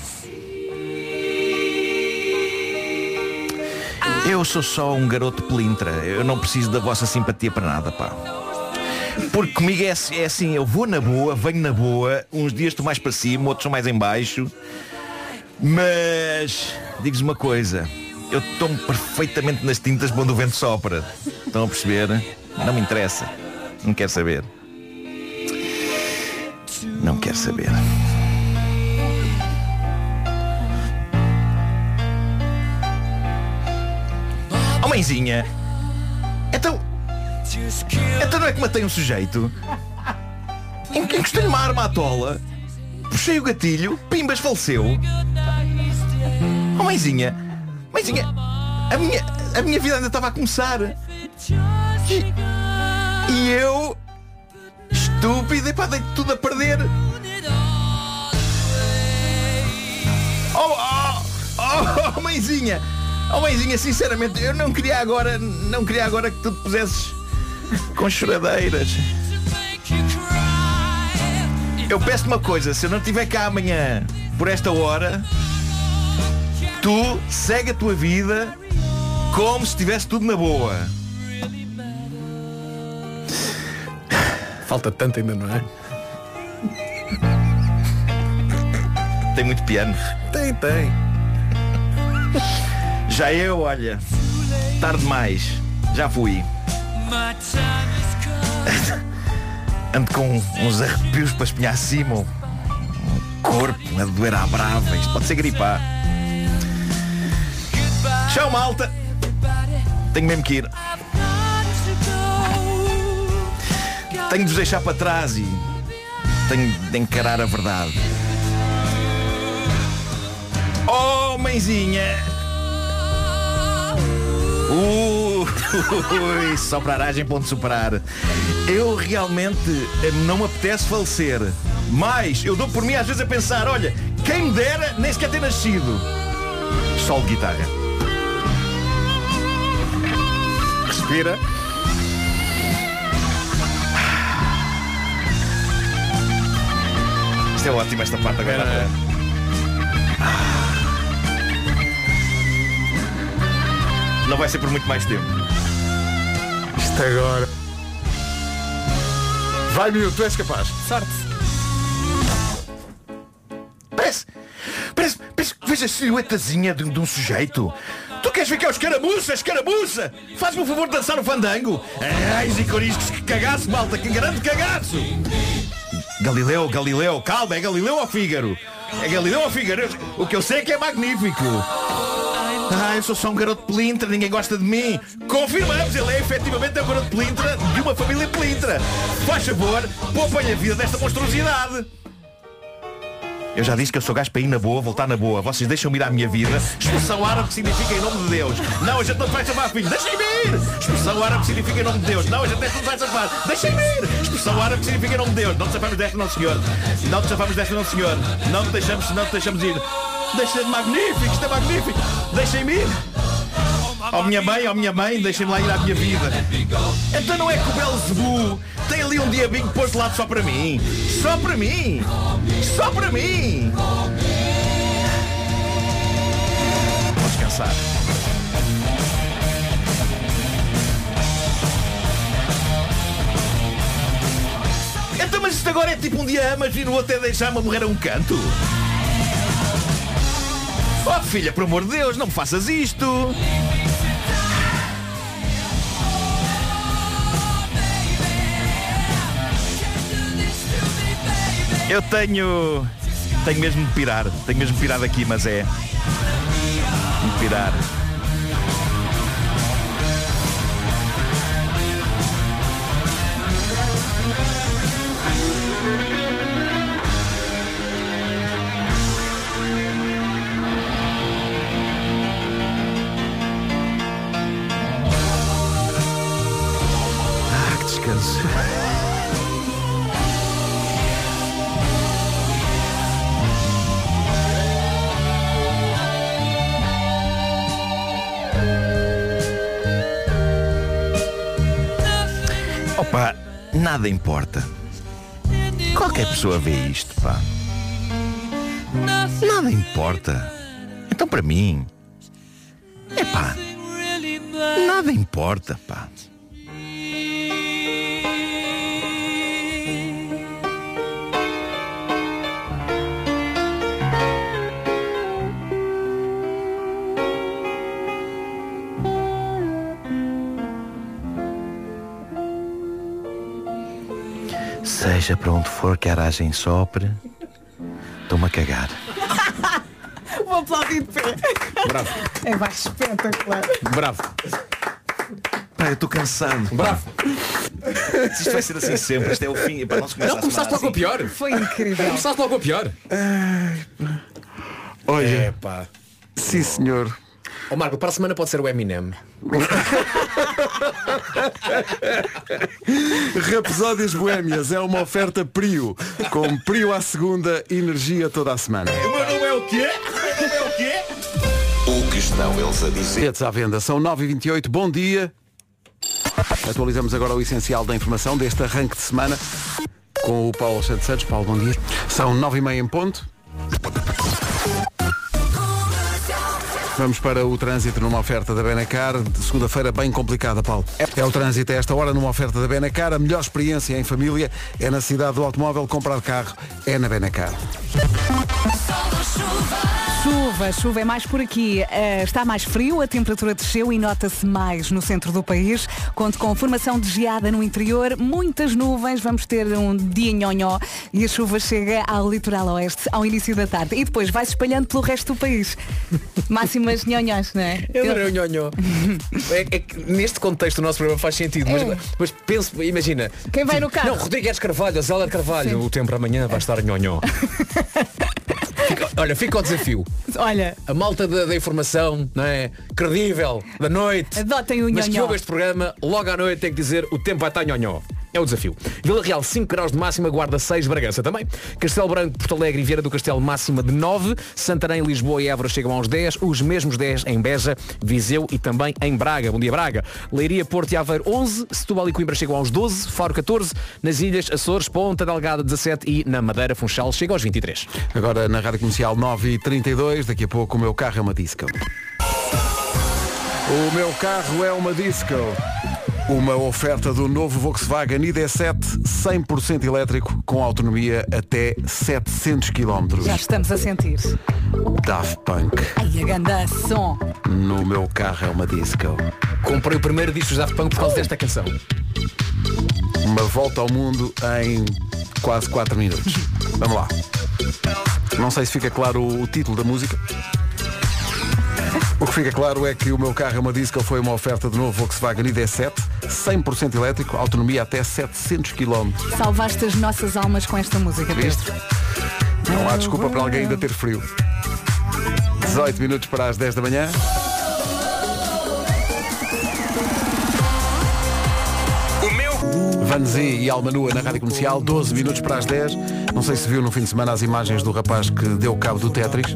Speaker 9: Eu sou só um garoto pelintra, eu não preciso da vossa simpatia para nada, pá. Porque comigo é, assim- é assim, eu vou na boa, venho na boa, uns dias estou mais para cima, outros são mais em baixo. Mas digo-vos uma coisa, eu estou perfeitamente nas tintas quando o vento sopra. Estão a perceber? Não me interessa. Não quero saber. Não quero saber. Oh mãezinha! Então. Então não é que matei um sujeito? Um Encostei uma arma à tola, puxei o gatilho, pimbas faleceu. Oh mãezinha, mãezinha, a minha, a minha vida ainda estava a começar. E, e eu, estúpido, epá, dei tudo a perder. Oh, oh, oh, oh mãezinha, oh mãezinha, sinceramente, eu não queria agora, não queria agora que tu te pusesses com choradeiras. Eu peço-te uma coisa, se eu não estiver cá amanhã por esta hora, tu segue a tua vida como se estivesse tudo na boa.
Speaker 4: Falta tanto ainda, não é?
Speaker 9: Tem muito piano.
Speaker 4: Tem, tem.
Speaker 9: Já eu, olha, tarde demais. Já fui. Ando com uns arrepios para espinhar acima. Um corpo a doer à brava. Isto pode ser gripar. Tchau, malta. Tenho mesmo que ir. Tenho de vos deixar para trás e tenho de encarar a verdade. Oh, mãezinha! Ui, (laughs) só para aragem ponto superar. Eu realmente eh, não me apetece falecer. Mas eu dou por mim às vezes a pensar, olha, quem me dera nem sequer ter nascido. Solo de guitarra. Respira. Isto é ótimo esta parte agora. Não vai ser por muito mais tempo.
Speaker 1: Isto agora. Vai, miúdo, tu és capaz.
Speaker 3: Sorte.
Speaker 9: Parece, parece, parece que vejo a silhuetazinha de, de um sujeito. Tu queres ver que é o escaramuça, escaramuça? Faz-me o favor de dançar o fandango. Ai, zicoriscos, que cagaço, malta, que grande cagaço. Galileu, Galileu, calma, é Galileu ou Fígaro? É Galileu ou Fígaro? O que eu sei é que é magnífico. Ai, eu sou só um garoto pelintra, ninguém gosta de mim. Confirmamos, ele é efetivamente um garoto pelintra de uma família pelintra. Faz favor, poupem a vida desta monstruosidade. Eu já disse que eu sou gajo para ir na boa, voltar na boa. Vocês deixam-me ir à minha vida. Expulsão árabe que significa em nome de Deus. Não, a gente não te vai chamar filho. Deixem-me ir! Expulsão árabe que significa em nome de Deus. Não, a gente não te vai chamar. Deixem-me ir! Expulsão árabe que significa em nome de Deus. Não te safamos desta, não senhor. Não te safamos desta, não senhor. Não te deixamos, não te deixamos ir. Deixa-me magnífico, isto é magnífico. Deixem-me ir. Ó minha mãe, ó minha mãe, deixem-me lá ir à minha vida. Então não é que o Belzebu tem ali um diabinho posto de lado só para mim. Só para mim. Só para mim. Vou descansar. Então mas isto agora é tipo um dia amas e no outro é deixar-me morrer a um canto. Oh filha, por amor de Deus, não me faças isto. Eu tenho. Tenho mesmo de pirar. Tenho mesmo de pirar daqui, mas é. De pirar. Ah, que descanso. Opa, nada importa. Qualquer pessoa vê isto, pá. Nada importa. Então para mim. Epá, nada importa, pá. Seja para onde for que a aragem sopre, estou-me a cagar.
Speaker 3: Vou aplaudir de pé.
Speaker 9: Bravo.
Speaker 3: É vai espetacular.
Speaker 9: Bravo. Pá, eu estou cansado. Bravo. Isto vai ser assim sempre. Isto é o fim. Pá, não, se começa
Speaker 4: Não,
Speaker 9: a
Speaker 4: começaste
Speaker 9: semana
Speaker 4: logo a
Speaker 9: assim.
Speaker 4: pior. (laughs)
Speaker 3: Foi incrível.
Speaker 4: Começaste logo a pior.
Speaker 1: Olha.
Speaker 4: É, pá.
Speaker 1: Sim, senhor.
Speaker 4: Ó Marco, para a semana pode ser o Eminem.
Speaker 1: Rapesódias Boémias é uma oferta Prio. Com Prio à segunda, energia toda a semana.
Speaker 11: O meu nome é o quê? O meu nome é o quê? O que estão eles a dizer?
Speaker 1: Bilhetes à venda são 9h28. Bom dia. Atualizamos agora o essencial da informação deste arranque de semana com o Paulo Santos Santos. Paulo, bom dia. São 9h30 em ponto. Vamos para o trânsito numa oferta da Benacar, de segunda-feira bem complicada, Paulo. É o trânsito a esta hora numa oferta da Benacar. A melhor experiência em família é na cidade do automóvel. Comprar carro é na Benacar.
Speaker 3: Chuva, chuva é mais por aqui. Eh, está mais frio, a temperatura desceu e nota-se mais no centro do país. Conto com formação de geada no interior, muitas nuvens, vamos ter um dia nhonhó e a chuva chega ao litoral oeste ao início da tarde e depois vai-se espalhando pelo resto do país. Máximas nhonhós, não é?
Speaker 4: Eu adorei o nhonhó. É, é que neste contexto o nosso programa faz sentido, mas,
Speaker 3: É.
Speaker 4: mas penso, imagina. Tipo,
Speaker 3: Quem vai no carro?
Speaker 4: Não, Rodrigues Carvalho, Zélia Carvalho, o tempo para amanhã vai estar nhonhó. Fica- olha, fica o desafio.
Speaker 3: (laughs) Olha,
Speaker 4: A malta da, da informação, não é? Credível, da noite.
Speaker 3: Adotem o
Speaker 4: Mas que
Speaker 3: nhonhó.
Speaker 4: ouve este programa, logo à noite tem que dizer o tempo vai estar nhonhó. É o desafio. Vila Real 5 graus de máxima, Guarda 6, Bragança também. Castelo Branco, Porto Alegre e Vieira do Castelo máxima de 9. Santarém, Lisboa e Évora chegam aos 10. Os mesmos 10 em Beja, Viseu e também em Braga. Bom dia Braga. Leiria, Porto e Aveiro 11. Setúbal e Coimbra chegam aos 12. Faro 14. Nas Ilhas, Açores, Ponta Delgada 17 e na Madeira, Funchal chega aos 23.
Speaker 1: Agora na Rádio Comercial 9h32, daqui a pouco o meu carro é uma disco. O meu carro é uma disco. Uma oferta do novo Volkswagen ID7 100% elétrico com autonomia até 700
Speaker 3: já
Speaker 1: km.
Speaker 3: estamos a sentir.
Speaker 1: Daft Punk.
Speaker 3: Ai, a ganda som.
Speaker 1: No meu carro é uma disco.
Speaker 4: Comprei o primeiro disco dos Daft Punk por causa desta canção.
Speaker 1: Uma volta ao mundo em quase 4 minutos. Vamos lá. Não sei se fica claro o título da música. O que fica claro é que o meu carro é uma disco foi uma oferta de novo Volkswagen ID7, 100% elétrico, autonomia até 700 km.
Speaker 3: Salvaste as nossas almas com esta música, Pedro.
Speaker 1: Viste? Não há desculpa para alguém ainda ter frio. 18 minutos para as 10 da manhã. Vanzi e Almanua na Rádio Comercial, 12 minutos para as 10. Não sei se viu no fim de semana as imagens do rapaz que deu cabo do Tetris.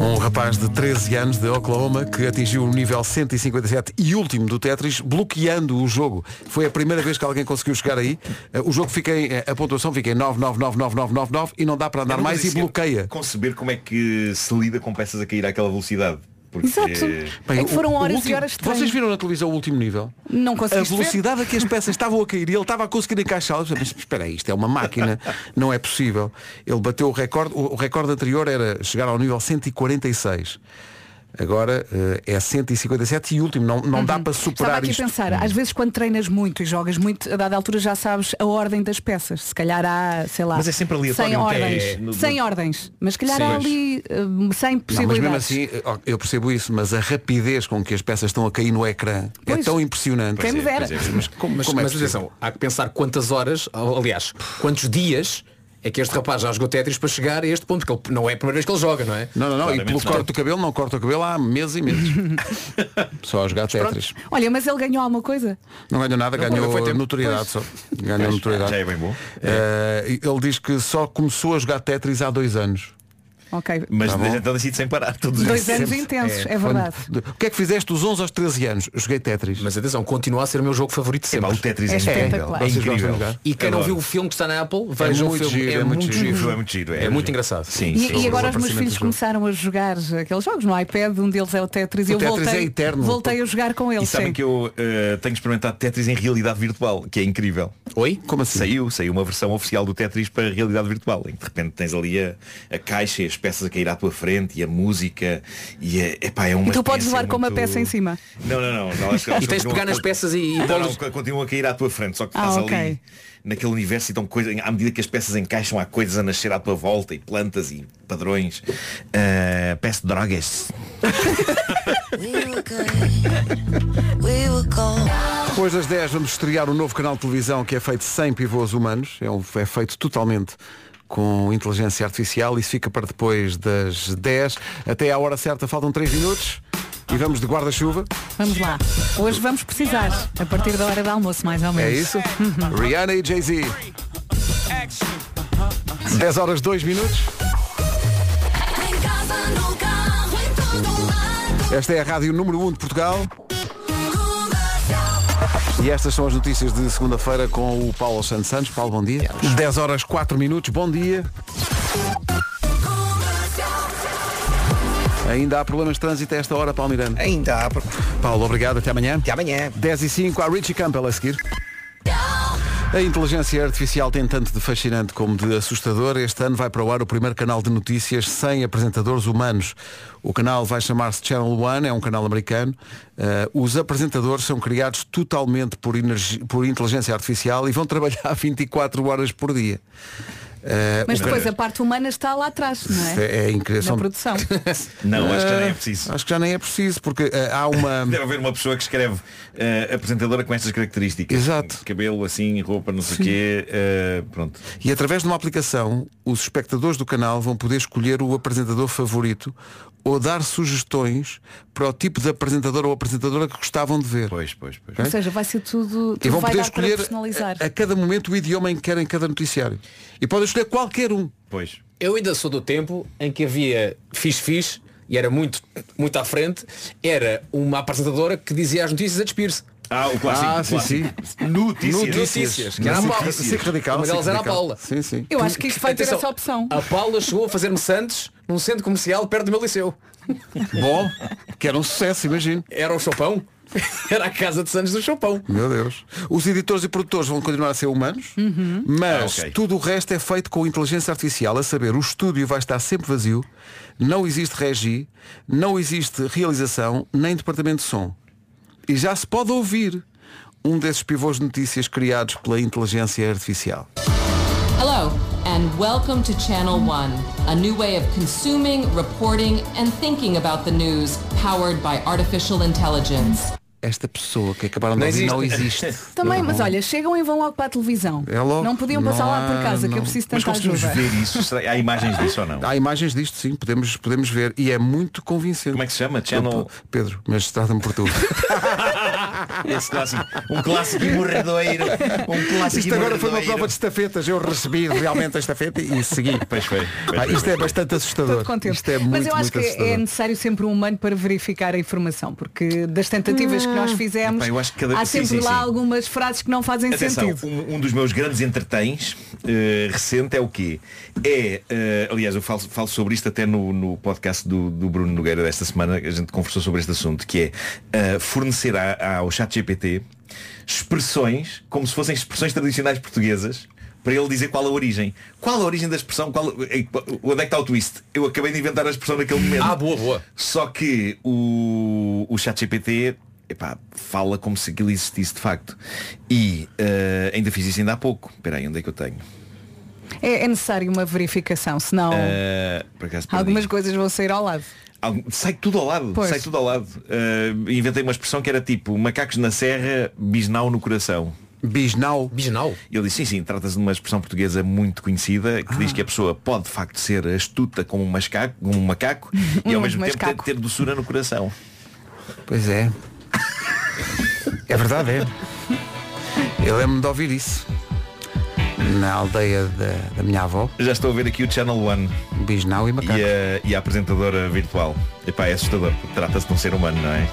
Speaker 1: Um rapaz de 13 anos de Oklahoma que atingiu o nível 157 e último do Tetris, bloqueando o jogo. Foi a primeira vez que alguém conseguiu chegar aí. Eh, O jogo fica em, eh, a pontuação fica em 999999 e não dá para andar
Speaker 9: Eu nunca
Speaker 1: mais e
Speaker 9: consigo
Speaker 1: bloqueia.
Speaker 9: Conceber como é que se lida com peças a cair àquela velocidade. Porque...
Speaker 3: Exato. É que foram
Speaker 1: o- o
Speaker 3: horas e
Speaker 1: último-
Speaker 3: horas de
Speaker 1: Vocês
Speaker 3: treino.
Speaker 1: viram na televisão o último nível?
Speaker 3: Não
Speaker 1: A
Speaker 3: conseguiste ver?
Speaker 1: velocidade a que as peças estavam a cair e ele estava a conseguir encaixá-las. Mas espera aí, isto é uma máquina, não é possível. Ele bateu o recorde, o o recorde anterior era chegar ao nível 146. Agora eh, é 157 e último, não, não dá para
Speaker 3: Uhum. Estava
Speaker 1: superar
Speaker 3: aqui
Speaker 1: isto.
Speaker 3: a pensar, às vezes quando treinas muito e jogas muito, a dada altura já sabes a ordem das peças. Se calhar há, sei lá,
Speaker 1: Mas é sempre aleatório,
Speaker 3: 100
Speaker 1: não tem-
Speaker 3: ordens.
Speaker 1: é, no-
Speaker 3: 100 ordens. Mas se calhar
Speaker 1: Sim.
Speaker 3: há ali hum, 100
Speaker 1: Não, mas
Speaker 3: possibilidades.
Speaker 1: mesmo assim, eh, ó, eu percebo isso, mas a rapidez com que as peças estão a cair no ecrã é
Speaker 4: Pois.
Speaker 1: tão impressionante.
Speaker 4: Pois é, pois é.
Speaker 1: Mas como,
Speaker 4: mas,
Speaker 1: como é
Speaker 4: mas
Speaker 1: possível?
Speaker 4: atenção, há que pensar quantas horas, ou, aliás, quantos dias é que este rapaz já jogou Tetris para chegar a este ponto, que ele- não é a primeira vez que ele joga, não é?
Speaker 1: Não, não, não. E
Speaker 4: Claramente
Speaker 1: pelo corte do cabelo, não corta o cabelo há meses e
Speaker 3: (laughs)
Speaker 1: meses. só a jogar Tetris.
Speaker 3: Olha, mas ele ganhou alguma coisa?
Speaker 1: Não ganhou nada,
Speaker 3: Não,
Speaker 1: ganhou
Speaker 3: foi tempo.
Speaker 1: notoriedade só. Ganhou
Speaker 9: Pois,
Speaker 1: notoriedade.
Speaker 9: já é bem bom.
Speaker 1: Eh, ele diz que só começou a jogar Tetris há dois anos.
Speaker 3: Ok.
Speaker 9: Mas
Speaker 1: Tá bom.
Speaker 9: então decide sem parar todos os
Speaker 3: Dois
Speaker 9: dias.
Speaker 3: anos
Speaker 9: Sempre.
Speaker 3: intensos, é,
Speaker 9: Quando-
Speaker 3: verdade.
Speaker 1: O que é que fizeste dos 11 aos 13 anos? Joguei Tetris.
Speaker 4: Mas atenção, continua a ser o meu jogo favorito sempre.
Speaker 9: o Tetris
Speaker 1: é É incrível. espetacular.
Speaker 4: É
Speaker 1: Vocês gostam de
Speaker 4: incrível.
Speaker 1: jogar?
Speaker 4: E quem não
Speaker 1: Adoro.
Speaker 4: viu o filme que está na Apple,
Speaker 1: É
Speaker 4: veja o
Speaker 1: muito
Speaker 4: filme.
Speaker 1: giro,
Speaker 4: é, muito giro.
Speaker 9: É muito giro.
Speaker 4: É muito engraçado.
Speaker 9: Sim,
Speaker 3: E, e agora os meus filhos começaram a jogar aqueles jogos no iPad, um deles é o Tetris
Speaker 9: O
Speaker 3: e eu
Speaker 9: Tetris
Speaker 3: voltei,
Speaker 9: é eterno.
Speaker 3: voltei a jogar com
Speaker 9: E
Speaker 3: eles.
Speaker 9: sabem
Speaker 3: sim.
Speaker 9: que eu eh, tenho experimentado Tetris em realidade virtual, que é incrível.
Speaker 4: Oi?
Speaker 9: Como assim? Saiu, saiu uma versão oficial do Tetris para realidade virtual, em que de repente tens ali a, a caixa e as peças a cair à tua frente e a música e é, epá, é uma
Speaker 3: E tu podes
Speaker 9: peça
Speaker 3: levar com uma
Speaker 9: muito-
Speaker 3: peça em cima.
Speaker 9: Não, não, não. não, acho que elas
Speaker 4: E tens de
Speaker 9: continuam
Speaker 4: pegar
Speaker 9: a-
Speaker 4: nas peças e- e
Speaker 9: Não, não,
Speaker 4: pô-las-
Speaker 9: co- continuam a cair à tua frente, só que
Speaker 3: Ah,
Speaker 9: estás
Speaker 3: ok.
Speaker 9: ali naquele universo e estão coisas. À medida que as peças encaixam, há coisas a nascer à tua volta e plantas e padrões. Ah, peço drogas.
Speaker 1: Depois das 10 vamos estrear um novo canal de televisão que é feito sem pivôs humanos. É, um- é feito totalmente com inteligência artificial. Isso fica para depois das 10. Até à hora certa faltam 3 minutos. E vamos de guarda-chuva.
Speaker 3: Vamos lá. Hoje vamos precisar, a partir da hora do almoço, mais ou menos.
Speaker 1: É isso?
Speaker 3: (laughs)
Speaker 1: Rihanna e Jay-Z. 10 horas 2 minutos. Esta é a Rádio Número 1 de Portugal. E estas são as notícias de segunda-feira com o Paulo Santos Santos. Paulo, bom dia. 10 horas 4 minutos, bom dia. Ainda há problemas de trânsito a esta hora, Paulo Miranda?
Speaker 5: Ainda há.
Speaker 1: Paulo, obrigado. Até amanhã. Até
Speaker 5: amanhã.
Speaker 1: 10 e 5 a Richie Campbell a seguir. A inteligência artificial tem tanto de fascinante como de assustador. Este ano vai para o ar o primeiro canal de notícias sem apresentadores humanos. O canal vai chamar-se Channel One, é um canal americano. Eh, os apresentadores são criados totalmente por, energi- por inteligência artificial e vão trabalhar (laughs) 24 horas por dia. Eh,
Speaker 3: Mas
Speaker 1: o
Speaker 3: depois
Speaker 1: can-
Speaker 3: a parte humana está lá atrás, não é?
Speaker 1: É, é incrível. (laughs)
Speaker 3: Na produção.
Speaker 9: Não, acho que já nem é
Speaker 1: Ah,
Speaker 9: preciso.
Speaker 1: Acho que já nem é preciso, porque ah, há uma.
Speaker 9: Deve haver uma pessoa que escreve eh, apresentadora com estas características. Exato. Cabelo assim, roupa, não sei o quê. eh, pronto.
Speaker 1: E através de uma aplicação, os espectadores do canal vão poder escolher o apresentador favorito ou dar sugestões para o tipo de apresentador ou apresentadora que gostavam de ver.
Speaker 9: Pois, pois, pois.
Speaker 3: Ou seja, vai ser tudo,
Speaker 1: E
Speaker 3: tudo
Speaker 1: vão
Speaker 3: vai
Speaker 1: poder
Speaker 3: dar para
Speaker 1: escolher
Speaker 3: personalizar.
Speaker 1: a, a cada momento o idioma em que querem cada noticiário. E podem escolher qualquer um.
Speaker 9: Pois.
Speaker 4: Eu ainda sou do tempo em que havia fixe-fixe e era muito, muito à frente, era uma apresentadora que dizia as notícias a despir-se.
Speaker 9: Ah, o clássico,
Speaker 1: Ah, sim,
Speaker 9: clássico.
Speaker 1: sim.
Speaker 9: Notícias.
Speaker 4: Notícias. Que era a Paula.
Speaker 1: Notícias. Sim, radical,
Speaker 4: Uma delas
Speaker 1: sim,
Speaker 4: era a
Speaker 1: radical.
Speaker 4: Paula.
Speaker 1: Sim, sim.
Speaker 3: Eu acho que isto vai ter
Speaker 4: Atenção,
Speaker 3: essa opção.
Speaker 4: A Paula chegou a fazer-me Santos num centro comercial perto do meu liceu.
Speaker 1: Bom, que era um sucesso, imagino.
Speaker 4: Era o Chopão. (laughs) Era a casa de Santos do Chopão.
Speaker 1: Meu Deus. Os editores e produtores vão continuar a ser humanos, mas
Speaker 4: Ah, ok.
Speaker 1: tudo o resto é feito com inteligência artificial, a saber, o estúdio vai estar sempre vazio, não existe regi, não existe realização, nem departamento de som. E já se pode ouvir um desses pivôs de notícias criados pela inteligência artificial.
Speaker 12: Hello, and welcome to Channel One, a new way of consuming, reporting, and thinking about the news powered by artificial intelligence.
Speaker 1: esta pessoa que acabaram de
Speaker 4: Não
Speaker 1: ouvir não
Speaker 4: existe.
Speaker 1: existe.
Speaker 3: Também,
Speaker 1: Não.
Speaker 3: mas olha, chegam e vão logo para a televisão.
Speaker 1: É logo.
Speaker 3: não podiam
Speaker 1: Não
Speaker 3: passar lá
Speaker 1: há-
Speaker 3: por casa, que
Speaker 1: não.
Speaker 3: eu preciso
Speaker 9: Mas
Speaker 3: tanta
Speaker 9: conseguimos
Speaker 3: ajuda.
Speaker 9: ver isso? Será- Há imagens disso ou
Speaker 1: (laughs)
Speaker 9: não?
Speaker 1: Há imagens disto, sim, podemos, podemos ver. E é muito convincente. Como é
Speaker 9: que se chama? Channel-
Speaker 1: Pedro, mas trata-me por tu. Ah.
Speaker 9: Esse clássico. Um clássico emborradoeiro. Um clássico
Speaker 1: Isto agora foi uma
Speaker 9: emborradoeiro.
Speaker 1: prova de estafetas. Eu recebi realmente a estafeta e segui.
Speaker 9: Pois foi.
Speaker 1: Pá, isto é bastante assustador.
Speaker 3: Estou contente.
Speaker 1: Isto é muito,
Speaker 3: Mas eu acho
Speaker 1: muito
Speaker 3: que
Speaker 1: assustador.
Speaker 3: é necessário sempre um humano para verificar a informação, porque das tentativas que
Speaker 1: Ah.
Speaker 3: nós fizemos,
Speaker 9: Epá, eu acho que cada-
Speaker 3: há
Speaker 9: sim,
Speaker 3: sempre
Speaker 9: sim,
Speaker 3: lá
Speaker 9: sim.
Speaker 3: algumas frases que não fazem
Speaker 9: Atenção,
Speaker 3: sentido.
Speaker 9: um, um dos meus grandes entretens eh, recente é o quê? É, eh, aliás, eu falo, falo sobre isto até no, no podcast do, do Bruno Nogueira desta semana, a gente conversou sobre este assunto, que é eh, fornecer a- ao chat GPT expressões, como se fossem expressões tradicionais portuguesas, para ele dizer qual a origem. Qual a origem da expressão? Qual, eh, onde é que está o twist? Eu acabei de inventar a expressão naquele momento.
Speaker 4: Ah, boa, boa.
Speaker 9: Só que o, o ChatGPT epá, fala como se aquilo existisse de facto. E eh, ainda fiz isso ainda há pouco. Espera aí, onde é que eu tenho?
Speaker 3: É, é necessário uma verificação, senão
Speaker 1: Ah.
Speaker 9: Eh, por acaso perdi.
Speaker 3: algumas coisas vão sair ao lado.
Speaker 9: Algum- Sai tudo ao lado,
Speaker 3: Pois.
Speaker 9: sai tudo ao lado. Eh, inventei uma expressão que era tipo macacos na serra, bisnau no coração.
Speaker 1: Bisnau?
Speaker 9: Bisnau? Ele disse, sim, sim, trata-se de uma expressão portuguesa muito conhecida que
Speaker 3: Ah.
Speaker 9: diz que a pessoa pode de facto ser astuta como um macaco, como
Speaker 3: (laughs)
Speaker 9: um macaco e ao
Speaker 3: Um
Speaker 9: mesmo tempo
Speaker 3: macaco.
Speaker 9: ter, ter doçura no coração.
Speaker 1: Pois é. É verdade, é. Eu lembro-me de ouvir isso. Na aldeia da, da minha avó.
Speaker 9: Já estou a ver aqui o Channel One.
Speaker 1: Bisnau e macaco.
Speaker 9: E a, e a apresentadora virtual. Epá, é assustador, porque trata-se de um ser humano, não é?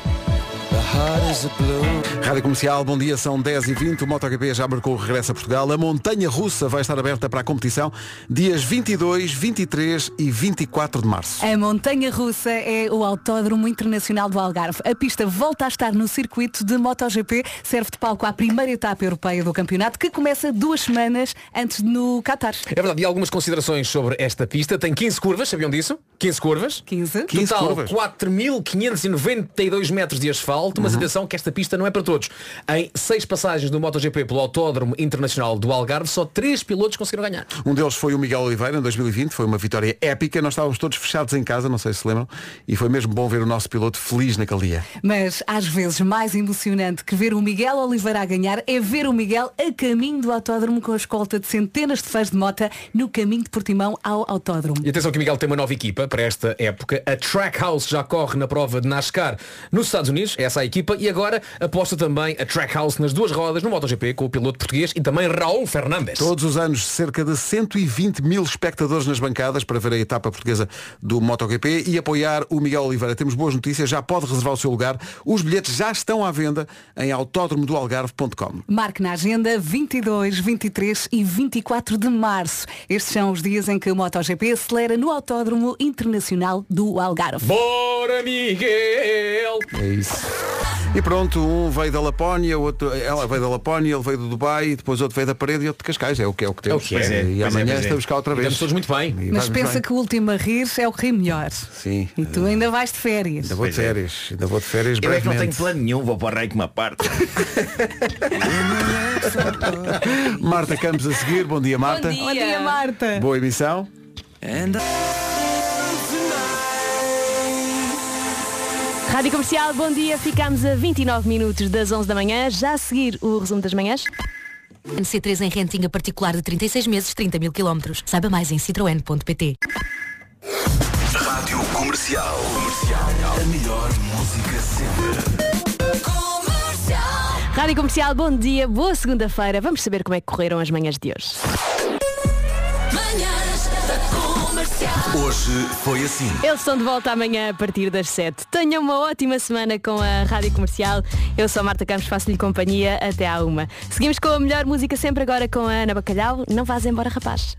Speaker 1: Rádio Comercial, bom dia, são 10 e 20 O MotoGP já marcou o regresso a Portugal. A montanha russa vai estar aberta para a competição dias 22, 23 e 24 de março.
Speaker 3: A montanha russa é o Autódromo Internacional do Algarve. A pista volta a estar no circuito de MotoGP, serve de palco à primeira etapa europeia do campeonato, que começa duas semanas antes no Qatar.
Speaker 4: É verdade, e algumas considerações sobre esta pista. Tem 15 curvas, sabiam disso? 15 curvas.
Speaker 3: 15.
Speaker 4: Total,
Speaker 3: curvas.
Speaker 4: 4.592 metros de asfalto, mas atenção que esta pista não é para todos. Em seis passagens do MotoGP pelo Autódromo Internacional do Algarve, só três pilotos conseguiram ganhar.
Speaker 1: Um deles foi o Miguel Oliveira em 2020, foi uma vitória épica. Nós estávamos todos fechados em casa, não sei se se lembram, e foi mesmo bom ver o nosso piloto feliz naquele dia.
Speaker 3: Mas às vezes mais emocionante que ver o Miguel Oliveira a ganhar é ver o Miguel a caminho do autódromo com a escolta de centenas de fãs de mota no caminho de Portimão ao autódromo.
Speaker 4: E atenção que o Miguel tem uma nova equipa para esta época. A Trackhouse já corre na prova de NASCAR nos Estados Unidos, essa é a equipa, e agora aposta também a Trackhouse nas duas rodas no MotoGP com o piloto português e também Raul Fernandes.
Speaker 1: Todos os anos, cerca de 120 mil espectadores nas bancadas para ver a etapa portuguesa do MotoGP e apoiar o Miguel Oliveira. Temos boas notícias, já pode reservar o seu lugar. Os bilhetes já estão à venda em autódromodoalgarve.com.
Speaker 3: Marque na agenda 22, 23 e 24 de março. Estes são os dias em que o MotoGP acelera no Autódromo Internacional do Algarve.
Speaker 4: Bora, Miguel!
Speaker 1: É isso. E pronto, um veio da Lapónia, o outro, ela veio da Lapónia, ele veio do Dubai, depois outro veio da parede e outro de Cascais. É o que é o que temos.
Speaker 4: É o que é.
Speaker 1: E
Speaker 4: Pois é,
Speaker 1: amanhã
Speaker 4: pois é.
Speaker 1: estamos cá outra vez.
Speaker 4: Estamos todos muito bem.
Speaker 1: E
Speaker 3: Mas
Speaker 1: vamos
Speaker 3: pensa
Speaker 1: bem.
Speaker 3: que o último a rir é o que ri melhor.
Speaker 1: Sim.
Speaker 3: E tu ainda vais de férias.
Speaker 1: Ainda vou de
Speaker 4: é.
Speaker 1: férias. Ainda vou de férias
Speaker 9: Eu é que não
Speaker 1: brevemente.
Speaker 9: tenho plano nenhum, vou para o Reino uma parte.
Speaker 1: Marta Campos a seguir. Bom dia, Marta.
Speaker 3: Bom dia, Marta.
Speaker 1: Boa emissão.
Speaker 13: Rádio Comercial, bom dia. Ficámos a 29 minutos das 11 da manhã. Já a seguir o resumo das manhãs.
Speaker 14: C3 em rentinha particular de 36 meses, 30 mil quilómetros. Saiba mais em citroen.pt.
Speaker 11: Rádio Comercial. Comercial. A melhor música sempre.
Speaker 13: Rádio Comercial, bom dia. Boa segunda-feira. Vamos saber como é que correram as manhãs de hoje.
Speaker 2: Manhãs da comercial.
Speaker 11: Hoje foi assim.
Speaker 13: Eles estão de volta amanhã a partir das 7. Tenham uma ótima semana com a Rádio Comercial. Eu sou a Marta Campos, faço-lhe companhia até à uma. Seguimos com a melhor música sempre agora com a Ana Bacalhau. Não vás embora, rapaz.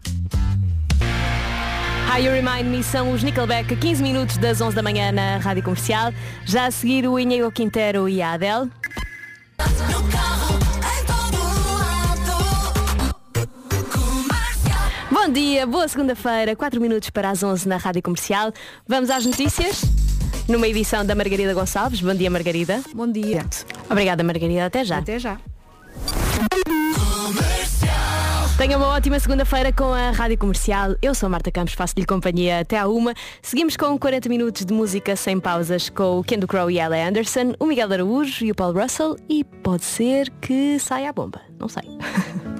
Speaker 13: Hi, You Remind Me são os Nickelback a 15 minutos das 11 da manhã na Rádio Comercial. Já a seguir o Iñigo Quintero e a Adele. Bom dia, boa segunda-feira, 4 minutos para as 11 na Rádio Comercial. Vamos às notícias, numa edição da Margarida Gonçalves. Bom dia, Margarida. Bom dia.
Speaker 3: tá.
Speaker 13: Obrigada, Margarida. Até já. Até já.
Speaker 10: Tenha uma ótima segunda-feira com a Rádio Comercial. Eu sou a Marta Campos, faço-lhe companhia até à uma. Seguimos com 40 minutos de música sem pausas com o Kendo Crow e Ella Anderson, o Miguel Araújo e o Paul Russell e pode ser que saia a bomba. Não sei.